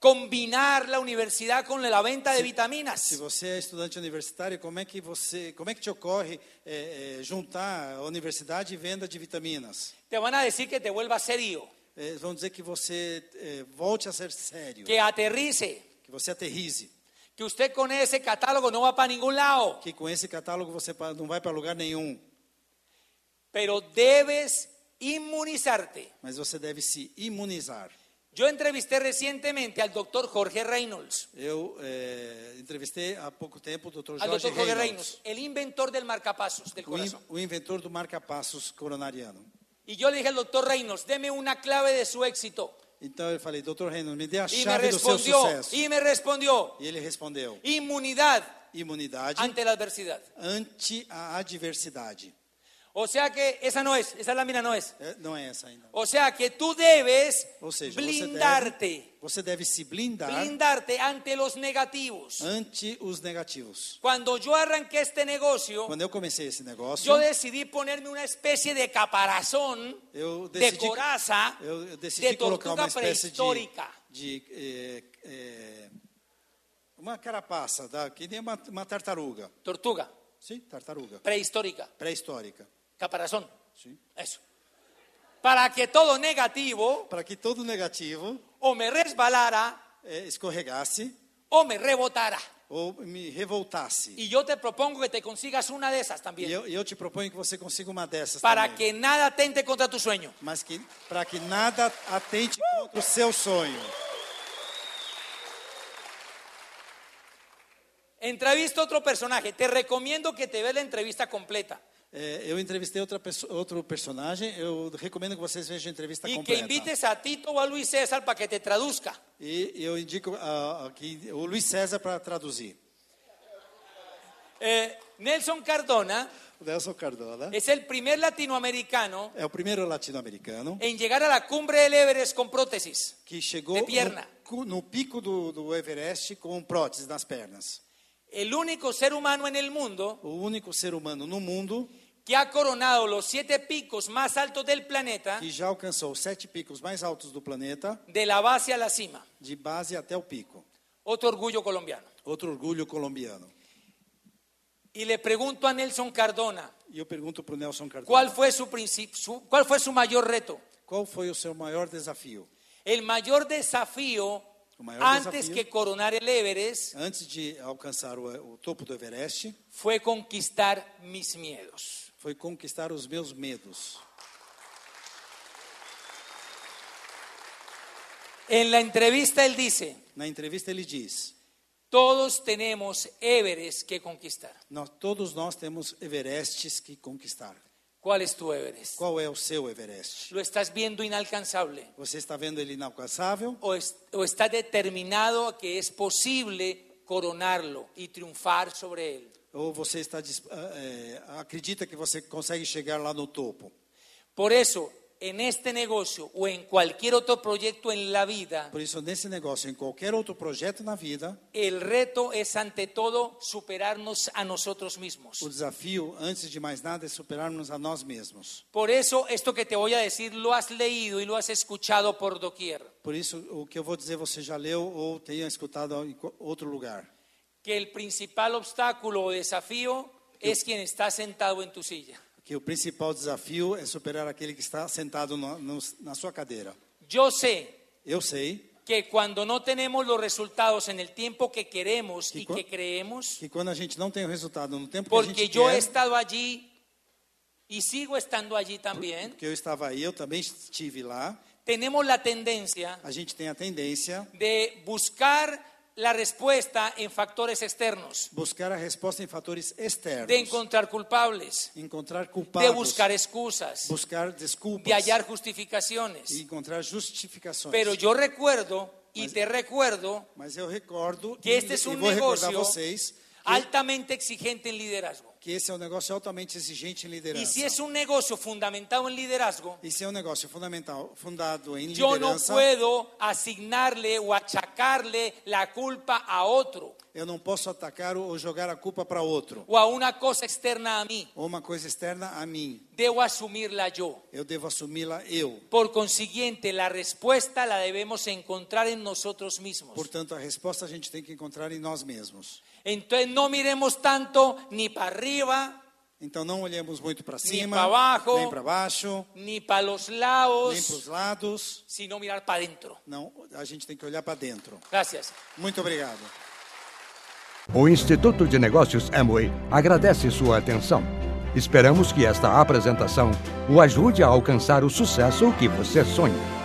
Speaker 4: combinar la universidad con la venta de
Speaker 5: Se
Speaker 4: vitaminas?
Speaker 5: você é estudante universitário, como é que você, como é que te ocorre é, é, juntar a universidade e venda de vitaminas?
Speaker 4: Te van a decir que te vuelvas serio,
Speaker 5: É, vão dizer que você é, volte a ser sério,
Speaker 4: que aterrice,
Speaker 5: que você aterrize,
Speaker 4: que usted con ese catálogo no va para ningún lado,
Speaker 5: que com esse catálogo você pa- não vai para lugar nenhum,
Speaker 4: pero debes inmunizarte.
Speaker 5: mas você deve se imunizar.
Speaker 4: Yo entrevisté recientemente al doctor Jorge Reynolds.
Speaker 5: Eu é, entrevistei há pouco tempo o Dr.
Speaker 4: Al
Speaker 5: Jorge
Speaker 4: doctor Jorge
Speaker 5: Pues Reynolds,
Speaker 4: Reynolds, el inventor del marcapasos del
Speaker 5: o, in-
Speaker 4: corazón.
Speaker 5: o inventor do marca-passos coronariano.
Speaker 4: Y yo le dije al doctor Reynolds, deme una clave de su éxito.
Speaker 5: Então eu falei, doutor Reynolds, me dê a
Speaker 4: Y me
Speaker 5: chave do seu
Speaker 4: respondió,
Speaker 5: sucesso.
Speaker 4: y me respondió,
Speaker 5: E ele respondeu,
Speaker 4: inmunidad
Speaker 5: imunidade
Speaker 4: ante la adversidad.
Speaker 5: ante a adversidade.
Speaker 4: O sea que esa no es, esa lámina no es.
Speaker 5: É, não é essa ainda.
Speaker 4: O sea que tú debes
Speaker 5: Ou seja,
Speaker 4: blindarte,
Speaker 5: você deve, você deve se blindar
Speaker 4: blindarte ante los negativos.
Speaker 5: ante os negativos.
Speaker 4: Cuando yo arranqué este negocio,
Speaker 5: Quando eu comecei esse negócio,
Speaker 4: yo decidí ponerme una especie de caparazón,
Speaker 5: eu
Speaker 4: de
Speaker 5: decidi,
Speaker 4: coraza,
Speaker 5: eu, eu decidi
Speaker 4: de
Speaker 5: colocar uma
Speaker 4: tortuga
Speaker 5: espécie
Speaker 4: prehistórica.
Speaker 5: de, de eh, eh, uma carapaça, da, que nem uma, uma tartaruga.
Speaker 4: Tortuga
Speaker 5: Sim, tartaruga.
Speaker 4: prehistórica,
Speaker 5: Pré-histórica.
Speaker 4: caparazón.
Speaker 5: Sim.
Speaker 4: Eso. Para que todo negativo
Speaker 5: Para que todo negativo
Speaker 4: o me resbalara
Speaker 5: eh, escorregasse
Speaker 4: o me rebotara.
Speaker 5: ou me revoltasse.
Speaker 4: Y yo te propongo que te consigas una de esas
Speaker 5: E
Speaker 4: también.
Speaker 5: eu, e eu te proponho que você consiga uma dessas
Speaker 4: para
Speaker 5: também.
Speaker 4: que nada tente contra tu sueño.
Speaker 5: Mas que para que nada atente contra o seu sonho.
Speaker 4: Entrevista a otro personaje. Te recomiendo que te veas la entrevista completa.
Speaker 5: É, eu entrevistei outra pessoa, outro personagem. Eu recomendo que vocês vejam a entrevista
Speaker 4: Y que
Speaker 5: completa.
Speaker 4: invites a Tito o a Luis César para que te traduzca.
Speaker 5: E eu indico ah, ah, que o Luiz César para traduzir.
Speaker 4: Eh, Nelson Cardona
Speaker 5: O Nelson Cardona
Speaker 4: es el primer latinoamericano
Speaker 5: é o primeiro latino-americano
Speaker 4: en llegar a la cumbre del Everest con prótesis.
Speaker 5: que chegou
Speaker 4: De perna.
Speaker 5: no, cu- no pico do, do Everest com prótese nas pernas.
Speaker 4: El único ser humano en el mundo
Speaker 5: O único ser humano no mundo
Speaker 4: que ha coronado los siete picos más altos del planeta
Speaker 5: que já alcançou os sete picos mais altos do planeta,
Speaker 4: de la base a la cima.
Speaker 5: de base até o pico.
Speaker 4: Otro orgullo colombiano.
Speaker 5: Outro orgulho colombiano.
Speaker 4: Y le pregunto a Nelson Cardona,
Speaker 5: E eu pergunto para o Nelson Cardona.
Speaker 4: ¿cuál fue su, princip- su- cuál fue su mayor reto?
Speaker 5: Qual foi o seu maior desafio?
Speaker 4: El mayor desafío
Speaker 5: El mayor
Speaker 4: antes
Speaker 5: desafío.
Speaker 4: que coronar el Everest
Speaker 5: Antes de alcançar o, o topo do Everest,
Speaker 4: fue conquistar mis miedos.
Speaker 5: foi conquistar os meus medos.
Speaker 4: En la entrevista él dice,
Speaker 5: Na entrevista ele diz:
Speaker 4: Todos tenemos Everest que conquistar.
Speaker 5: Nós, todos nós temos Everestes que conquistar.
Speaker 4: ¿Cuál es tu Everest?
Speaker 5: Qual é o seu Everest?
Speaker 4: ¿Lo estás viendo inalcanzable?
Speaker 5: Você está vendo ele inalcançável?
Speaker 4: ¿O, es- o estás determinado a que es posible coronarlo y triunfar sobre él?
Speaker 5: Ou você está dis- ah, é, acredita que você consegue chegar lá no topo?
Speaker 4: Por eso, en este negocio o en cualquier otro proyecto en la vida,
Speaker 5: Por isso, nesse negócio, em qualquer outro projeto na vida,
Speaker 4: el reto es ante todo superarnos a nosotros mismos.
Speaker 5: o desafio, antes de mais nada, é superarmos a nós mesmos.
Speaker 4: Por eso esto que te voy a decir lo has leído y lo has escuchado por doquier.
Speaker 5: Por isso, o que eu vou dizer você já leu ou tenha escutado em co- outro lugar.
Speaker 4: Que el principal obstáculo o desafío es quien está sentado en tu silla.
Speaker 5: Que o principal desafio é superar aquele que está sentado no, no, na sua cadeira.
Speaker 4: Yo sé
Speaker 5: Eu sei
Speaker 4: que cuando no tenemos los resultados en el tiempo que queremos y
Speaker 5: ¿Y cu-
Speaker 4: que creemos,
Speaker 5: que quando a gente não tem o resultado no tempo que a
Speaker 4: porque
Speaker 5: gente
Speaker 4: yo he
Speaker 5: quer,
Speaker 4: estado allí y sigo estando allí también,
Speaker 5: porque eu estava aí, eu também estive lá,
Speaker 4: tenemos la tendencia
Speaker 5: a gente tem a tendência
Speaker 4: de buscar la respuesta en factores externos,
Speaker 5: buscar a resposta em fatores externos,
Speaker 4: de encontrar culpables,
Speaker 5: encontrar
Speaker 4: de
Speaker 5: culpados,
Speaker 4: buscar excusas,
Speaker 5: buscar desculpas,
Speaker 4: de hallar
Speaker 5: e
Speaker 4: justificaciones.
Speaker 5: encontrar justificações.
Speaker 4: Pero yo recuerdo y
Speaker 5: Mas-
Speaker 4: te recuerdo
Speaker 5: Mas eu recordo
Speaker 4: que este é um
Speaker 5: e,
Speaker 4: es
Speaker 5: e
Speaker 4: un
Speaker 5: vou recordar
Speaker 4: negocio
Speaker 5: vocês que,
Speaker 4: altamente exigente en liderazgo.
Speaker 5: que esse é um negócio altamente exigente em liderança.
Speaker 4: Y si es un negocio fundamentado en liderazgo,
Speaker 5: Esse é um negócio fundamental, fundado em
Speaker 4: yo no
Speaker 5: liderança.
Speaker 4: puedo asignarle o achacarle la culpa a otro
Speaker 5: Eu não posso atacar ou jogar a culpa para outro,
Speaker 4: o a una cosa externa a mí.
Speaker 5: ou uma coisa externa a mim.
Speaker 4: Debo asumirla yo.
Speaker 5: Eu devo assumi-la eu.
Speaker 4: Por consiguiente, la respuesta la debemos encontrar en nosotros mismos.
Speaker 5: Portanto, a resposta a gente tem que encontrar em nós mesmos.
Speaker 4: Entonces no miremos tanto ni para arriba,
Speaker 5: Então não olhemos muito para
Speaker 4: Nem
Speaker 5: cima,
Speaker 4: pra baixo.
Speaker 5: nem para baixo,
Speaker 4: ni para los
Speaker 5: nem para os
Speaker 4: lados,
Speaker 5: lados.
Speaker 4: sino mirar para adentro.
Speaker 5: Não, a gente tem que olhar para dentro.
Speaker 4: Gracias.
Speaker 5: Muito obrigado.
Speaker 1: O Instituto de Negócios Amway agradece sua atenção. Esperamos que esta apresentação o ajude a alcançar o sucesso que você sonha.